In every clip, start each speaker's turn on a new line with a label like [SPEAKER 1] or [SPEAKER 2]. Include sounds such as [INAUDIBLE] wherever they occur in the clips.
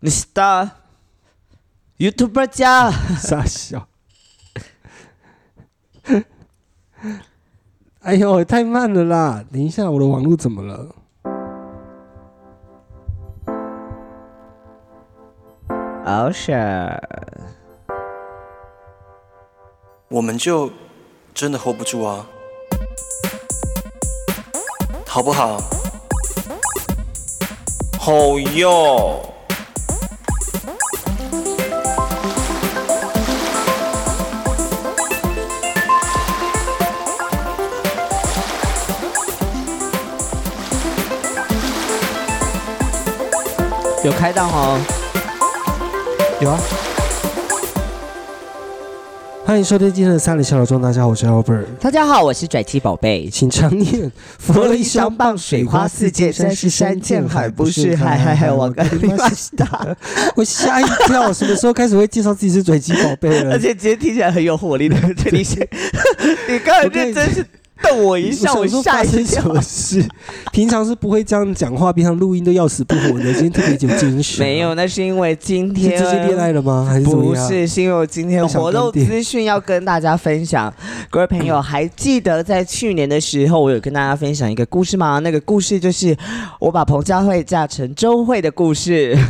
[SPEAKER 1] 你是的 YouTuber 家，
[SPEAKER 2] [LAUGHS] 傻笑。哎呦，太慢了啦！等一下，我的网络怎么了？
[SPEAKER 1] 好傻，
[SPEAKER 3] 我们就真的 hold 不住啊，好不好？好哟。
[SPEAKER 1] 有开档哦。
[SPEAKER 2] 有啊。欢迎收听今天的《三里小老庄》，大家好，我是 Albert。
[SPEAKER 1] 大家好，我是拽七宝贝。
[SPEAKER 2] 请常念佛了一双棒，水花四溅，山是山，见海不 [LAUGHS] 是海，海海我跟你妈是
[SPEAKER 1] 的，
[SPEAKER 2] [LAUGHS] 我吓一跳，什么时候开始会介绍自己是嘴鸡宝贝 [LAUGHS]
[SPEAKER 1] 而
[SPEAKER 2] 了？
[SPEAKER 1] 且今天听起来很有火力的这
[SPEAKER 2] [LAUGHS]
[SPEAKER 1] 里是，你刚才认真是瞪我一下，我
[SPEAKER 2] 想说
[SPEAKER 1] 吓
[SPEAKER 2] 发
[SPEAKER 1] 一
[SPEAKER 2] 生什
[SPEAKER 1] 跳。
[SPEAKER 2] 么事？ [LAUGHS] 平常是不会这样讲话，平常录音都要死不活的，今天特别有精神。
[SPEAKER 1] 没有，那是因为今
[SPEAKER 2] 啊是
[SPEAKER 1] 天
[SPEAKER 2] 最近恋爱了吗？还是怎么
[SPEAKER 1] 不
[SPEAKER 2] 样？
[SPEAKER 1] 是，是因为我今天有活动资讯要跟大家分
[SPEAKER 2] [LAUGHS]
[SPEAKER 1] 享。各位朋友，还记得在去年的时候，我有跟大家分享一个故事吗？那个故事就是我把彭佳慧嫁成周慧的故事。 [LAUGHS]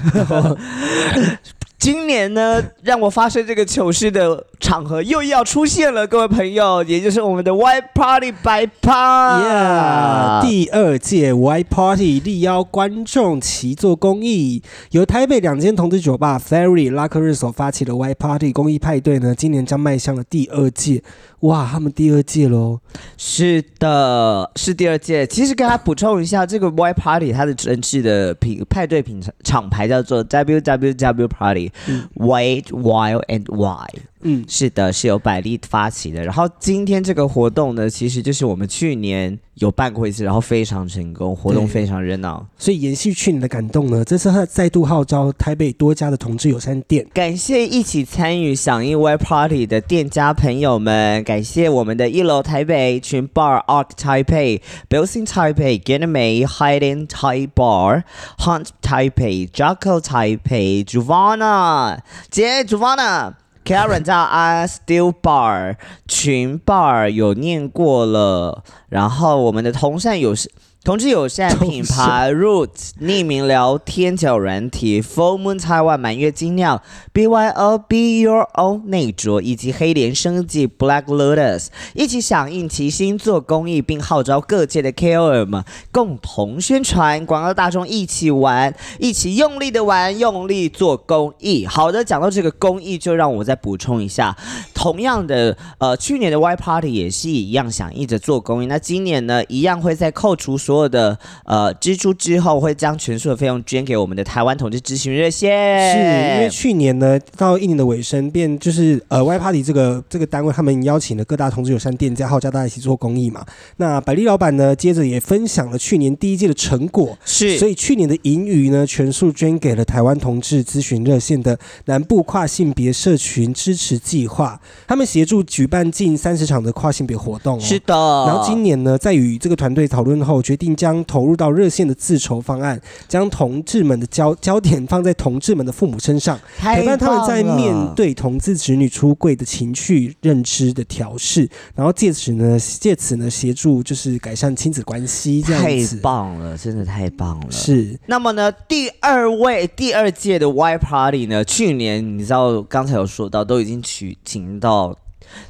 [SPEAKER 1] 今年呢，让我发生这个糗事的场合又要出现了，各位朋友，也就是我们的 White Party 白趴啊
[SPEAKER 2] Yeah，第二届 Y Party 力邀观众齐做公益，由台北两间同志酒吧 Ferry 拉克日所发起的 Y Party 公益派对呢，今年将迈向了第二届。哇，他们第二届喽！
[SPEAKER 1] 是的，是第二届。其实跟他补充一下，这个 Y Party 它的正式的品派对品厂牌叫做 WWW Party、
[SPEAKER 2] 嗯
[SPEAKER 1] Wait Wild and Why。
[SPEAKER 2] 嗯，
[SPEAKER 1] 是的，是由百丽发起的。然后今天这个活动呢，其实就是我们去年有办过一次，然后非常成功，活动
[SPEAKER 2] 对
[SPEAKER 1] 非常热闹。
[SPEAKER 2] 所以延续去年的感动呢，这次他再度号召台北多家的同志友善店。
[SPEAKER 1] 感谢一起参与响应 Web Party 的店家朋友们，感谢我们的一楼台北群 Bar Arc Taipei、Building Taipei、g a n a m e Hidden Thai Bar、Hunt Taipei、Jaco Taipei、Juvana、姐 Juvana。Karen 在 I Still Bar 群 bar 有念过了，然后我们的同善友善同志友善
[SPEAKER 2] 同
[SPEAKER 1] 品牌 Roots 匿名聊天角软体 Full Moon Taiwan 满月精酿 BYO Be Your Own 内着以及黑莲生计 Black Lotus 一起响应其心做公益，并号召各界的 KOL 们共同宣传，广告大众一起玩，一起用力的玩，用力做公益。好的，讲到这个公益，就让我再补充一下，同样的，呃，去年的 Y Party 也是一样响应着做公益，那今年呢，一样会在扣除所有的呃支出之后，会将全数的费用捐给我们的台湾统治咨询热
[SPEAKER 2] 是因为
[SPEAKER 1] 线。
[SPEAKER 2] 去年呢，到一年的尾声，便就是呃 Y Party 这个这个单位，他们邀请了各大同志友善店家号召大家一起做公益嘛。那百丽老板呢，接着也分享了去年第一届的成果，
[SPEAKER 1] 是
[SPEAKER 2] 所以去年的盈余呢，全数捐给了台湾同志咨询热线的南部跨性别社群支持计划，他们协助举办近三十场的跨性别活动、哦。
[SPEAKER 1] 是的，
[SPEAKER 2] 然后今年呢，在与这个团队讨论后，决定将投入到热线的自筹方案，将同志们的焦焦点放在同志们的父母身上，陪
[SPEAKER 1] 陪
[SPEAKER 2] 伴他们在
[SPEAKER 1] 啊
[SPEAKER 2] 面对同志子女出柜的情绪认知的调试，然后借此呢，借此呢协助就是改善亲子关系这样
[SPEAKER 1] 太
[SPEAKER 2] 子。
[SPEAKER 1] 棒了，真的太棒了。
[SPEAKER 2] 是，
[SPEAKER 1] 那么呢，第二位第二届的 Y Party 呢，去年你知道刚才有说到，都已经取请到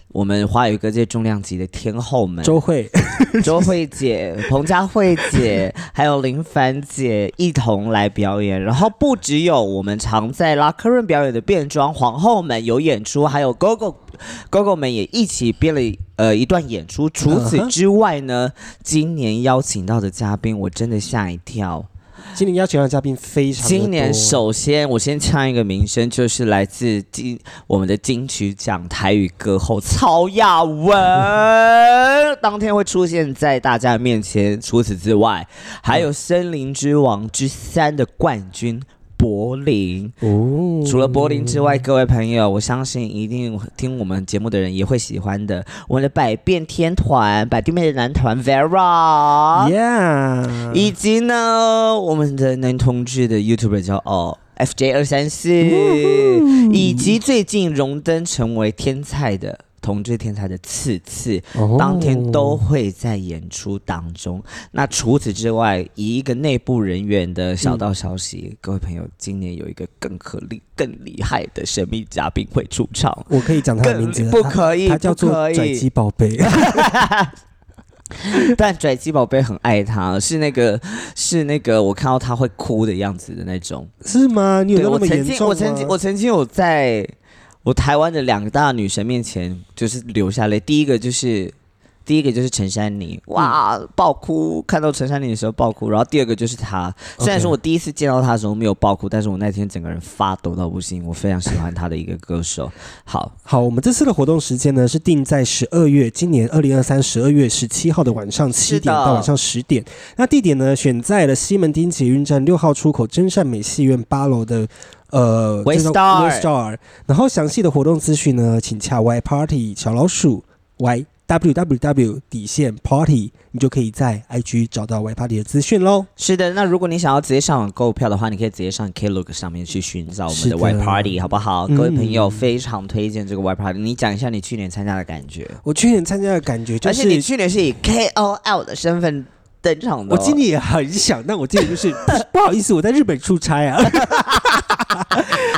[SPEAKER 1] 我们华语歌界重量级的天后们，
[SPEAKER 2] 周慧
[SPEAKER 1] 周慧姐、彭佳慧姐，还有林凡姐一同来表演。然后不只有我们常在拉克润表演的变装皇后们有演出，还有 GoGo GoGo 们也一起编了呃一段演出。除此之外呢，今年邀请到的嘉宾我真的吓一跳。
[SPEAKER 2] 今年邀请到的嘉宾非常的多，
[SPEAKER 1] 今年首先，我先唱一个名声，就是来自金我们的金曲奖台语歌后曹雅雯，当天会出现在大家面前。除此之外，还有《森林之王》之三的冠军柏林。
[SPEAKER 2] 哦
[SPEAKER 1] 除了柏林之外，各位朋友，我相信一定听我们节目的人也会喜欢的。我们的百变天团、百变的男团 Vera，、
[SPEAKER 2] ，Yeah，
[SPEAKER 1] 以及呢我们的男同志的 YouTuber 骄傲 FJ 二三四，以及最近荣登成为天才的同志天才的次次，
[SPEAKER 2] 哦
[SPEAKER 1] 当天都会在演出当中。那除此之外，以一个内部人员的小道消息，
[SPEAKER 2] 嗯
[SPEAKER 1] 各位朋友，今年有一个更可厉、更厉害的神秘嘉宾会出场，
[SPEAKER 2] 我可以讲他的名字了，
[SPEAKER 1] 不
[SPEAKER 2] 他
[SPEAKER 1] 可以，
[SPEAKER 2] 他叫做
[SPEAKER 1] 不可
[SPEAKER 2] 拽
[SPEAKER 1] 以
[SPEAKER 2] 鸡宝贝。
[SPEAKER 1] 但拽鸡宝贝很爱他，是那个是那个我看到他会哭的样子的那种。
[SPEAKER 2] 是吗？你有
[SPEAKER 1] 对
[SPEAKER 2] 那
[SPEAKER 1] 我
[SPEAKER 2] 么
[SPEAKER 1] 曾
[SPEAKER 2] 严
[SPEAKER 1] 经
[SPEAKER 2] 重吗？
[SPEAKER 1] 我曾经我曾经有在我台湾的两大女神面前就是流下泪，第一个就是。第一个就是陈珊妮，哇，爆哭！看到陈珊妮的时候爆哭，然后第二个就是她。虽然说我第一次见到她的时候没有爆哭，但是我那天整个人发抖到不行。我非常喜欢她的一个歌手。好，
[SPEAKER 2] 好，我们这次的活动时间呢是定在十二月，今年二零二三十二月十七号的晚上七
[SPEAKER 1] 是的
[SPEAKER 2] 点到晚上十点。那地点呢选在了西门町捷运站六号出口真善美戏院八楼的。呃
[SPEAKER 1] Way
[SPEAKER 2] 这叫
[SPEAKER 1] Star
[SPEAKER 2] Way Star 然后详细的活动资讯呢，请洽 Y Party 小老鼠 Y W W W 底线 Party，你就可以在 IG 找到 Y Party 的资讯喽。
[SPEAKER 1] 是的，那如果你想要直接上网购票的话，你可以直接上 Klook 上面去寻找我们
[SPEAKER 2] 是
[SPEAKER 1] 的
[SPEAKER 2] 的
[SPEAKER 1] Y Party，好不好？
[SPEAKER 2] 嗯
[SPEAKER 1] 各位朋友，非常推荐这个 Y Party。你讲一下你去年参加的感觉，
[SPEAKER 2] 我去年参加的感觉就
[SPEAKER 1] 而
[SPEAKER 2] 是
[SPEAKER 1] 且你去年是以 KOL 的身份登场的、
[SPEAKER 2] 我今年也很想，但我今年就是 [LAUGHS] 不不好意思，我在日本出差啊。 [LAUGHS]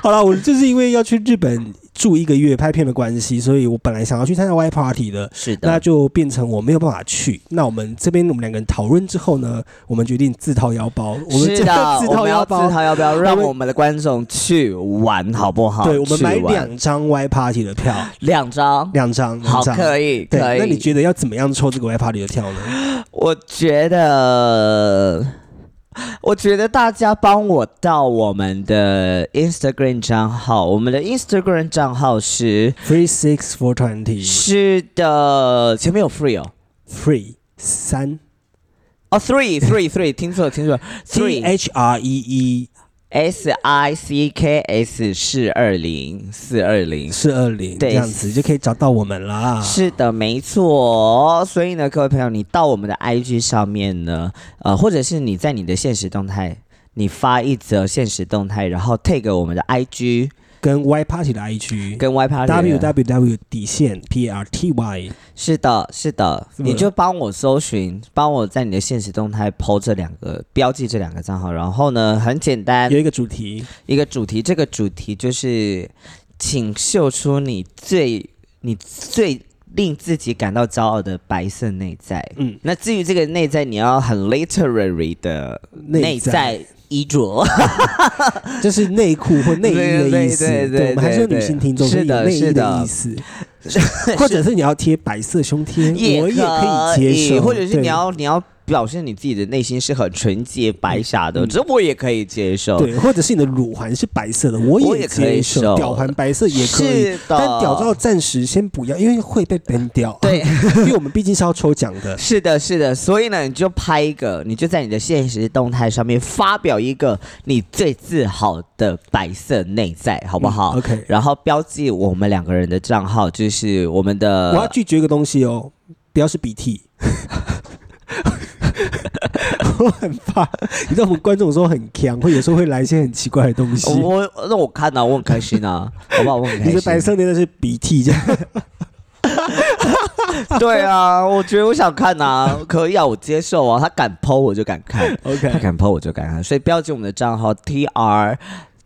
[SPEAKER 2] 好了，我就是因为要去日本住一个月拍片的关系，所以我本来想要去参加 Y Party 的，
[SPEAKER 1] 是
[SPEAKER 2] 那
[SPEAKER 1] 的，
[SPEAKER 2] 就变成我没有办法去。那我们这边我们两个人讨论之后呢，我们决定自掏腰包，我们
[SPEAKER 1] 是
[SPEAKER 2] 真
[SPEAKER 1] 的，
[SPEAKER 2] 自
[SPEAKER 1] 我
[SPEAKER 2] 掏
[SPEAKER 1] 们要
[SPEAKER 2] 腰
[SPEAKER 1] 自
[SPEAKER 2] 包。
[SPEAKER 1] 掏腰包，让
[SPEAKER 2] 们
[SPEAKER 1] 我们的观众去玩，好不好？
[SPEAKER 2] 对，我们买
[SPEAKER 1] 去玩
[SPEAKER 2] 两张 Y Party 的票，
[SPEAKER 1] 两张，
[SPEAKER 2] 两张，两
[SPEAKER 1] 好，
[SPEAKER 2] 张。
[SPEAKER 1] 可以，
[SPEAKER 2] 对，
[SPEAKER 1] 可以。
[SPEAKER 2] 那你觉得要怎么样抽这个 Y Party 的票呢？
[SPEAKER 1] 我觉得，我觉得大家帮我到我们的 Instagram 账号，我们的 Instagram 账号是
[SPEAKER 2] Three six four twenty
[SPEAKER 1] 是的，前面有 free 哦，
[SPEAKER 2] three 三
[SPEAKER 1] 哦 three three three，听错了听错了
[SPEAKER 2] T
[SPEAKER 1] ，three
[SPEAKER 2] H R E E
[SPEAKER 1] s i c k s 四二零四二零。
[SPEAKER 2] 四二零
[SPEAKER 1] 对
[SPEAKER 2] 这样子就可以找到我们啦。
[SPEAKER 1] 是的，没错。所以呢，各位朋友，你到我们的 IG 上面呢，呃，或者是你在你的现实动态，你发一则现实动态，然后 tag 我们的 IG，
[SPEAKER 2] 跟 Y Party 的 IG
[SPEAKER 1] 跟 Y Party 的
[SPEAKER 2] W W W 底线 P A R T Y
[SPEAKER 1] 是的，是的，
[SPEAKER 2] 是不是
[SPEAKER 1] 你就帮我搜寻，帮我在你的现实动态 PO 这两个标记这两个账号，然后呢，很简单
[SPEAKER 2] 有，一个主题，
[SPEAKER 1] 一个主题，这个主题就是，请秀出你最你最令自己感到骄傲的白色内在。嗯
[SPEAKER 2] 嗯，
[SPEAKER 1] 那至于这个内在，你要很 literary 的内
[SPEAKER 2] 内在
[SPEAKER 1] 在衣着，
[SPEAKER 2] 就是内裤或内衣的意
[SPEAKER 1] [LAUGHS]
[SPEAKER 2] 思。
[SPEAKER 1] 对对对对
[SPEAKER 2] 我们还是有女性听众，
[SPEAKER 1] 对对
[SPEAKER 2] 所以有
[SPEAKER 1] 对
[SPEAKER 2] 内
[SPEAKER 1] 是
[SPEAKER 2] 衣
[SPEAKER 1] 的
[SPEAKER 2] 的意思， [LAUGHS] 或者是你要贴白色胸贴，
[SPEAKER 1] [LAUGHS]
[SPEAKER 2] 我也
[SPEAKER 1] 可
[SPEAKER 2] 可以接受，
[SPEAKER 1] 或者是
[SPEAKER 2] 对
[SPEAKER 1] 你要你要表现你自己的内心是很纯洁白傻的，这我也可以接受。
[SPEAKER 2] 嗯对，或者是你的乳环是白色的，我
[SPEAKER 1] 我也
[SPEAKER 2] 也
[SPEAKER 1] 可以
[SPEAKER 2] 接受，
[SPEAKER 1] 受
[SPEAKER 2] 屌环白色也可以
[SPEAKER 1] 是的，
[SPEAKER 2] 但屌照暂时先不要，因为会被 ban 掉。
[SPEAKER 1] 对，
[SPEAKER 2] [LAUGHS] 因为我们毕竟是要抽奖
[SPEAKER 1] [LAUGHS]
[SPEAKER 2] 的。
[SPEAKER 1] 是的，是的，所以呢，你就拍一个，你就在你的现实动态上面发表一个你最自豪的白色内在，好不好？
[SPEAKER 2] 嗯，OK
[SPEAKER 1] 然后标记我们两个人的账号，就是我们
[SPEAKER 2] 我要
[SPEAKER 1] 的。
[SPEAKER 2] 拒绝一个东西哦，不要是鼻涕。 [LAUGHS] 我很怕，你知道我们观众有时候很强，会有时候会来一些很奇怪的东西。
[SPEAKER 1] 我那我看到、我很开心
[SPEAKER 2] [LAUGHS]
[SPEAKER 1] 啊，好不好？我很开
[SPEAKER 2] 你
[SPEAKER 1] 心。
[SPEAKER 2] 的白色内的是鼻涕，这样
[SPEAKER 1] 对啊，我觉得我想看啊，可以啊，我接受啊，他敢剖我就敢看，
[SPEAKER 2] [LAUGHS]
[SPEAKER 1] 他
[SPEAKER 2] [LAUGHS] OK。
[SPEAKER 1] 敢剖我就敢看，所以标记我们的账号 T R。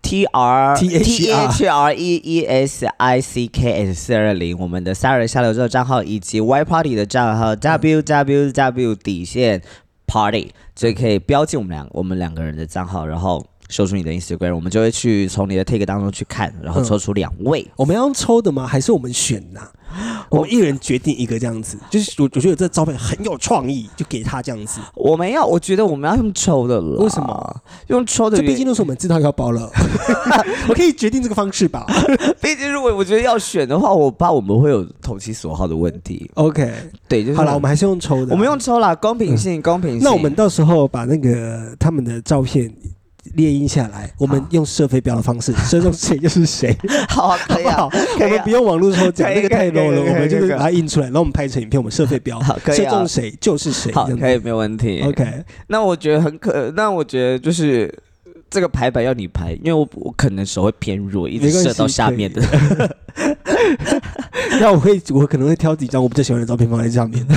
[SPEAKER 1] T R
[SPEAKER 2] THR
[SPEAKER 1] H R E E S I C K S 四二零，我们的三人下流之后账号以及 Y Party 的账号 W W W 底线 Party，所以可以标记我们两我们两个人的账号，然后搜出你的 Instagram，我们就会去从你的 take 当中去看，然后
[SPEAKER 2] 嗯
[SPEAKER 1] 抽出两位。
[SPEAKER 2] 我们要用抽的吗？还是我们选呐、我们一人决定一个这样子，就是我我觉得这招牌很有创意，就给他这样子。
[SPEAKER 1] 我们要，我觉得我们要用抽的了。
[SPEAKER 2] 为什么？
[SPEAKER 1] 用抽的
[SPEAKER 2] 这
[SPEAKER 1] 原因？
[SPEAKER 2] 毕竟都是我们自掏腰包 [LAUGHS] 了，我可以决定这个方式吧
[SPEAKER 1] [LAUGHS] 毕竟，如果我觉得要选的话，我怕我们会有投其所好的问题。
[SPEAKER 2] [LAUGHS] ？OK，
[SPEAKER 1] 对，就是
[SPEAKER 2] 好了，我们还是用抽的啊，
[SPEAKER 1] 我们用抽啦，公平性，公平性。
[SPEAKER 2] 那我们到时候把那个他们的照片列印下来，我们用射飞镖
[SPEAKER 1] [LAUGHS]
[SPEAKER 2] 的方式，射中谁就是谁，
[SPEAKER 1] [LAUGHS] 好啊，可以啊
[SPEAKER 2] [LAUGHS] 好不好，
[SPEAKER 1] 可
[SPEAKER 2] 我
[SPEAKER 1] 以
[SPEAKER 2] 们
[SPEAKER 1] 啊
[SPEAKER 2] 不。用网络抽奖，
[SPEAKER 1] 可以
[SPEAKER 2] 那个太
[SPEAKER 1] 可以
[SPEAKER 2] low 了，
[SPEAKER 1] 可以
[SPEAKER 2] 我们就
[SPEAKER 1] 可以
[SPEAKER 2] 是
[SPEAKER 1] 可以
[SPEAKER 2] 把它印出来，然后我们拍成影片，我们射飞镖
[SPEAKER 1] 好，可以
[SPEAKER 2] 射
[SPEAKER 1] 啊
[SPEAKER 2] 中谁就是谁，
[SPEAKER 1] 好，
[SPEAKER 2] 这
[SPEAKER 1] 可
[SPEAKER 2] 样
[SPEAKER 1] 以，没有问题
[SPEAKER 2] 子。。OK，
[SPEAKER 1] 那我觉得很可，那我觉得就是这个排版要你排，因为我我可能手会偏弱，一直
[SPEAKER 2] 没关系
[SPEAKER 1] 射到下面的。
[SPEAKER 2] 那我会，我可能会挑几张我比较喜欢的照片放在上面。
[SPEAKER 1] [LAUGHS]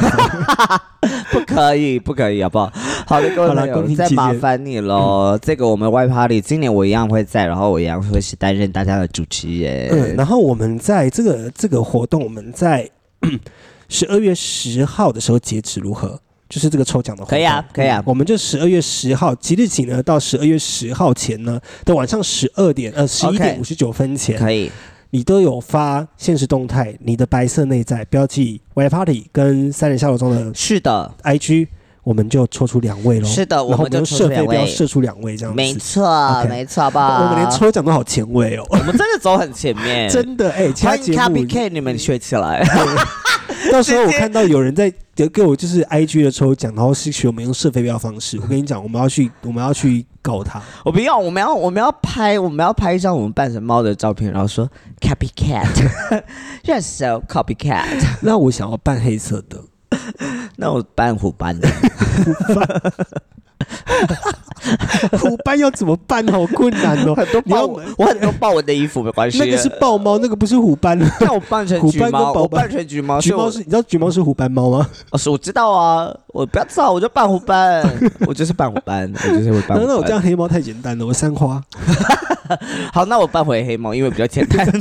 [SPEAKER 1] 不可以，不可以，好不好？好的，各位
[SPEAKER 2] 好啦
[SPEAKER 1] 朋
[SPEAKER 2] 公
[SPEAKER 1] 友，
[SPEAKER 2] 平
[SPEAKER 1] 再
[SPEAKER 2] 起见
[SPEAKER 1] 麻烦你喽。这个我们 Y Party 今年我一样会在，然后我一样会是担任大家的主持
[SPEAKER 2] 嗯，
[SPEAKER 1] 人。
[SPEAKER 2] 然后我们在这个这个活动，我们在 [CLEARS THROAT] 十二月十号的时候截止，如何？就是这个抽奖的活动，
[SPEAKER 1] 可以啊可以啊
[SPEAKER 2] 嗯我们就十二月十号即日起呢，到十二月十号前呢的晚上十二点呃十一
[SPEAKER 1] OK
[SPEAKER 2] 点五十九分前
[SPEAKER 1] 可以，
[SPEAKER 2] 你都有发现实动态，你的白色内在标记 Y Party 跟三人下楼中的
[SPEAKER 1] 是的，
[SPEAKER 2] IG，我们就抽出两位喽。
[SPEAKER 1] 是的，
[SPEAKER 2] 然后
[SPEAKER 1] 们就
[SPEAKER 2] 用
[SPEAKER 1] 抽
[SPEAKER 2] 射飞
[SPEAKER 1] 两
[SPEAKER 2] 镖
[SPEAKER 1] 位，
[SPEAKER 2] 射出两位这样子。
[SPEAKER 1] 没错
[SPEAKER 2] OK
[SPEAKER 1] 没错，好不好？
[SPEAKER 2] 我们连抽奖都好前卫哦，
[SPEAKER 1] 我们真的走很前面，
[SPEAKER 2] [LAUGHS] 真的哎，其他
[SPEAKER 1] 欢迎
[SPEAKER 2] 节
[SPEAKER 1] c o
[SPEAKER 2] 目
[SPEAKER 1] p y c a t 你们学起来。
[SPEAKER 2] [LAUGHS] 到时候我
[SPEAKER 1] 直接
[SPEAKER 2] 看到有人在给给我就是 I G 的抽奖，然后是学我们用射飞镖的方 [LAUGHS] 式。我跟你讲，我们要去我们要去搞他，
[SPEAKER 1] 我不要，我们要我们要拍，我们要拍一张我们扮成猫的照片，然后说 copycat，you're so copycat。
[SPEAKER 2] [LAUGHS]
[SPEAKER 1] [LAUGHS]
[SPEAKER 2] 那我想要扮黑色的，
[SPEAKER 1] 那我扮虎斑的，
[SPEAKER 2] [LAUGHS] 虎斑要怎么办？好困难哦！
[SPEAKER 1] 很多
[SPEAKER 2] 你
[SPEAKER 1] 豹
[SPEAKER 2] 要
[SPEAKER 1] 纹，我很多豹纹的衣服没关系。
[SPEAKER 2] 那个 [LAUGHS]
[SPEAKER 1] [LAUGHS]
[SPEAKER 2] 是啊豹猫，那个不是虎斑。
[SPEAKER 1] 但我扮成
[SPEAKER 2] 虎
[SPEAKER 1] 橘
[SPEAKER 2] 斑跟
[SPEAKER 1] 猫，
[SPEAKER 2] 豹
[SPEAKER 1] 我
[SPEAKER 2] 斑
[SPEAKER 1] 扮成橘猫，
[SPEAKER 2] 橘
[SPEAKER 1] 所以
[SPEAKER 2] 猫
[SPEAKER 1] 我
[SPEAKER 2] 是，你知道橘猫是虎斑猫吗？
[SPEAKER 1] 哦是我知道啊，我不要造，我就扮虎
[SPEAKER 2] [LAUGHS]
[SPEAKER 1] 斑，我就是扮虎斑，我就是会扮
[SPEAKER 2] 那那
[SPEAKER 1] 虎
[SPEAKER 2] 我这
[SPEAKER 1] 斑。
[SPEAKER 2] 样黑猫太简单了，我三花。
[SPEAKER 1] 好，那我扮回黑猫，因为比较简
[SPEAKER 2] [LAUGHS]
[SPEAKER 1] 单。 [LAUGHS]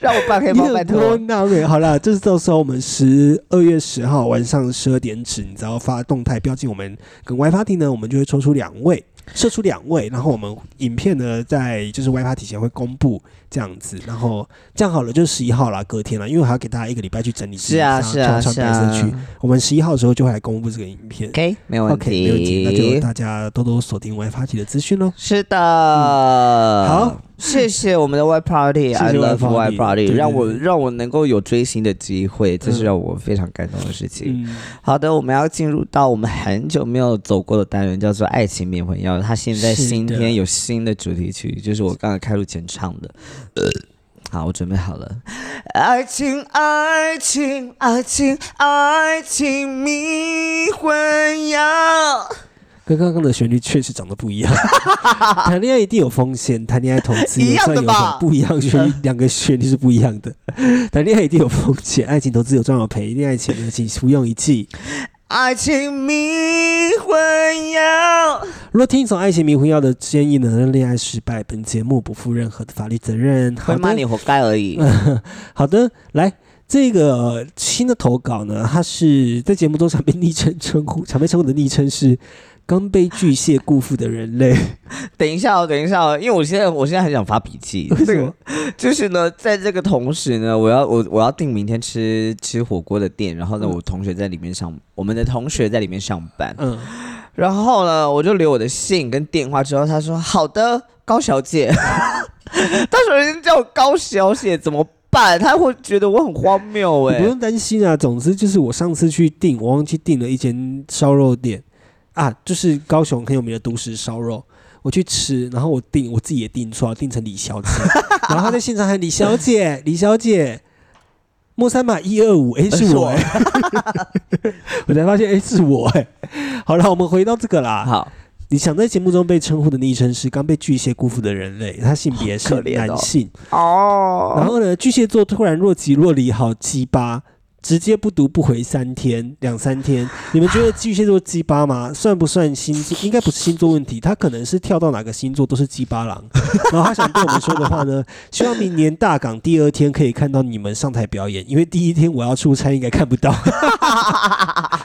[SPEAKER 1] 让我 [LAUGHS] 扮黑
[SPEAKER 2] 你
[SPEAKER 1] 猫，
[SPEAKER 2] 很
[SPEAKER 1] 拜
[SPEAKER 2] 多
[SPEAKER 1] 托。
[SPEAKER 2] 纳瑞，好啦，就是到时候我们十二月十号晚上十二点止，你只要发动态标记我们跟 Y Party 呢，我们就会抽出两位，射出两位，然后我们影片呢在就是 Y Party 前会公布这样子，然后这样好了，就是十一号啦，隔天啦，因为我还要给大家一个礼拜去整理自
[SPEAKER 1] 是
[SPEAKER 2] 己
[SPEAKER 1] 啊，
[SPEAKER 2] 发
[SPEAKER 1] 是啊，
[SPEAKER 2] 上传
[SPEAKER 1] 是
[SPEAKER 2] 白色
[SPEAKER 1] 啊。
[SPEAKER 2] 区，我们十一号的时候就会来公布这个影片。
[SPEAKER 1] OK，没有问
[SPEAKER 2] OK，没问题，那
[SPEAKER 1] 题
[SPEAKER 2] 就。大家多多锁定 Y Party 的资讯喽。
[SPEAKER 1] 是的，
[SPEAKER 2] 嗯好，
[SPEAKER 1] 谢谢我们的 Y Party，I
[SPEAKER 2] 谢谢 Y
[SPEAKER 1] love Y
[SPEAKER 2] Party，对
[SPEAKER 1] Party，
[SPEAKER 2] 对
[SPEAKER 1] 让我
[SPEAKER 2] 对
[SPEAKER 1] 让我能够有追星的机会，这是
[SPEAKER 2] 嗯
[SPEAKER 1] 让我非常感动的事情。
[SPEAKER 2] 嗯，
[SPEAKER 1] 好的，我们要进入到我们很久没有走过的单元，叫做《爱情免魂药》。它现在
[SPEAKER 2] 是的
[SPEAKER 1] 新天有新的主题曲，就是我刚才开录前唱的。
[SPEAKER 2] 嗯
[SPEAKER 1] 好，我准备好了。爱情，爱情，爱情，爱情迷魂药。
[SPEAKER 2] 跟刚刚的旋律确实长得不
[SPEAKER 1] [LAUGHS]
[SPEAKER 2] 一样。谈恋爱一定有风险，谈恋爱投资
[SPEAKER 1] 一
[SPEAKER 2] 有
[SPEAKER 1] 样
[SPEAKER 2] 赚
[SPEAKER 1] 的
[SPEAKER 2] 有
[SPEAKER 1] 吧
[SPEAKER 2] 赔，不一样旋律，两个旋律是不一样的。 [LAUGHS] 谈恋爱一定有风险，爱情投资有赚有赔，恋爱前呢，请服用一剂。
[SPEAKER 1] 爱情迷魂药。
[SPEAKER 2] 如果听从爱情迷魂药的建议呢，让恋爱失败，本节目不负任何的法律责任。好
[SPEAKER 1] 会骂你
[SPEAKER 2] 的，
[SPEAKER 1] 活该而已。
[SPEAKER 2] 好的，来。这个呃新的投稿呢，它是在节目中常被昵称称呼，常被称呼的昵称是“刚被巨蟹辜负的人类
[SPEAKER 1] [LAUGHS] 等一下哦，等一下哦，因为我现在我现在很想发脾 [LAUGHS] 气”，
[SPEAKER 2] 为。什
[SPEAKER 1] 这
[SPEAKER 2] 么
[SPEAKER 1] 个？就是呢，在这个同时呢，我要我我要订明天吃吃火锅的店，然后呢，
[SPEAKER 2] 嗯
[SPEAKER 1] 我同学在里面上，我们的同学在里面上班，
[SPEAKER 2] 嗯，
[SPEAKER 1] 然后呢，我就留我的信跟电话之后，他说好的，高小姐， [LAUGHS] 他说人家叫我高小姐怎么办？他会觉得我很荒谬哎、
[SPEAKER 2] 你不用担心啊。总之就是我上次去订，我忘记订了一间烧肉店啊，就是高雄很有名的都市烧肉。我去吃，然后我订，我自己也订错了，订成
[SPEAKER 1] [LAUGHS]
[SPEAKER 2] 李小姐。然后他在现场喊李小姐， [LAUGHS] 李小姐，莫三码一二五，哎，是
[SPEAKER 1] 是
[SPEAKER 2] 我、
[SPEAKER 1] 我
[SPEAKER 2] 哎 [LAUGHS] 我才发现，哎，是我、哎，好了，我们回到这个啦。
[SPEAKER 1] 好，
[SPEAKER 2] 你想在节目中被称呼的昵称是刚被巨蟹辜负的人类，他性别是
[SPEAKER 1] 好可怜哦
[SPEAKER 2] 男性。
[SPEAKER 1] 哦，
[SPEAKER 2] 然后呢，巨蟹座突然若即若离，好鸡巴，直接不读不回三天两三 [LAUGHS] 天。你们觉得巨蟹座鸡巴吗？算不算星座？应该不是星座问题，他可能是跳到哪个星座都是鸡巴 [LAUGHS] 狼。然后他想对我们说的话呢，希望明年大港第二天可以看到你们上台表演，因为第一天我要出差，应该看不 [LAUGHS] 到。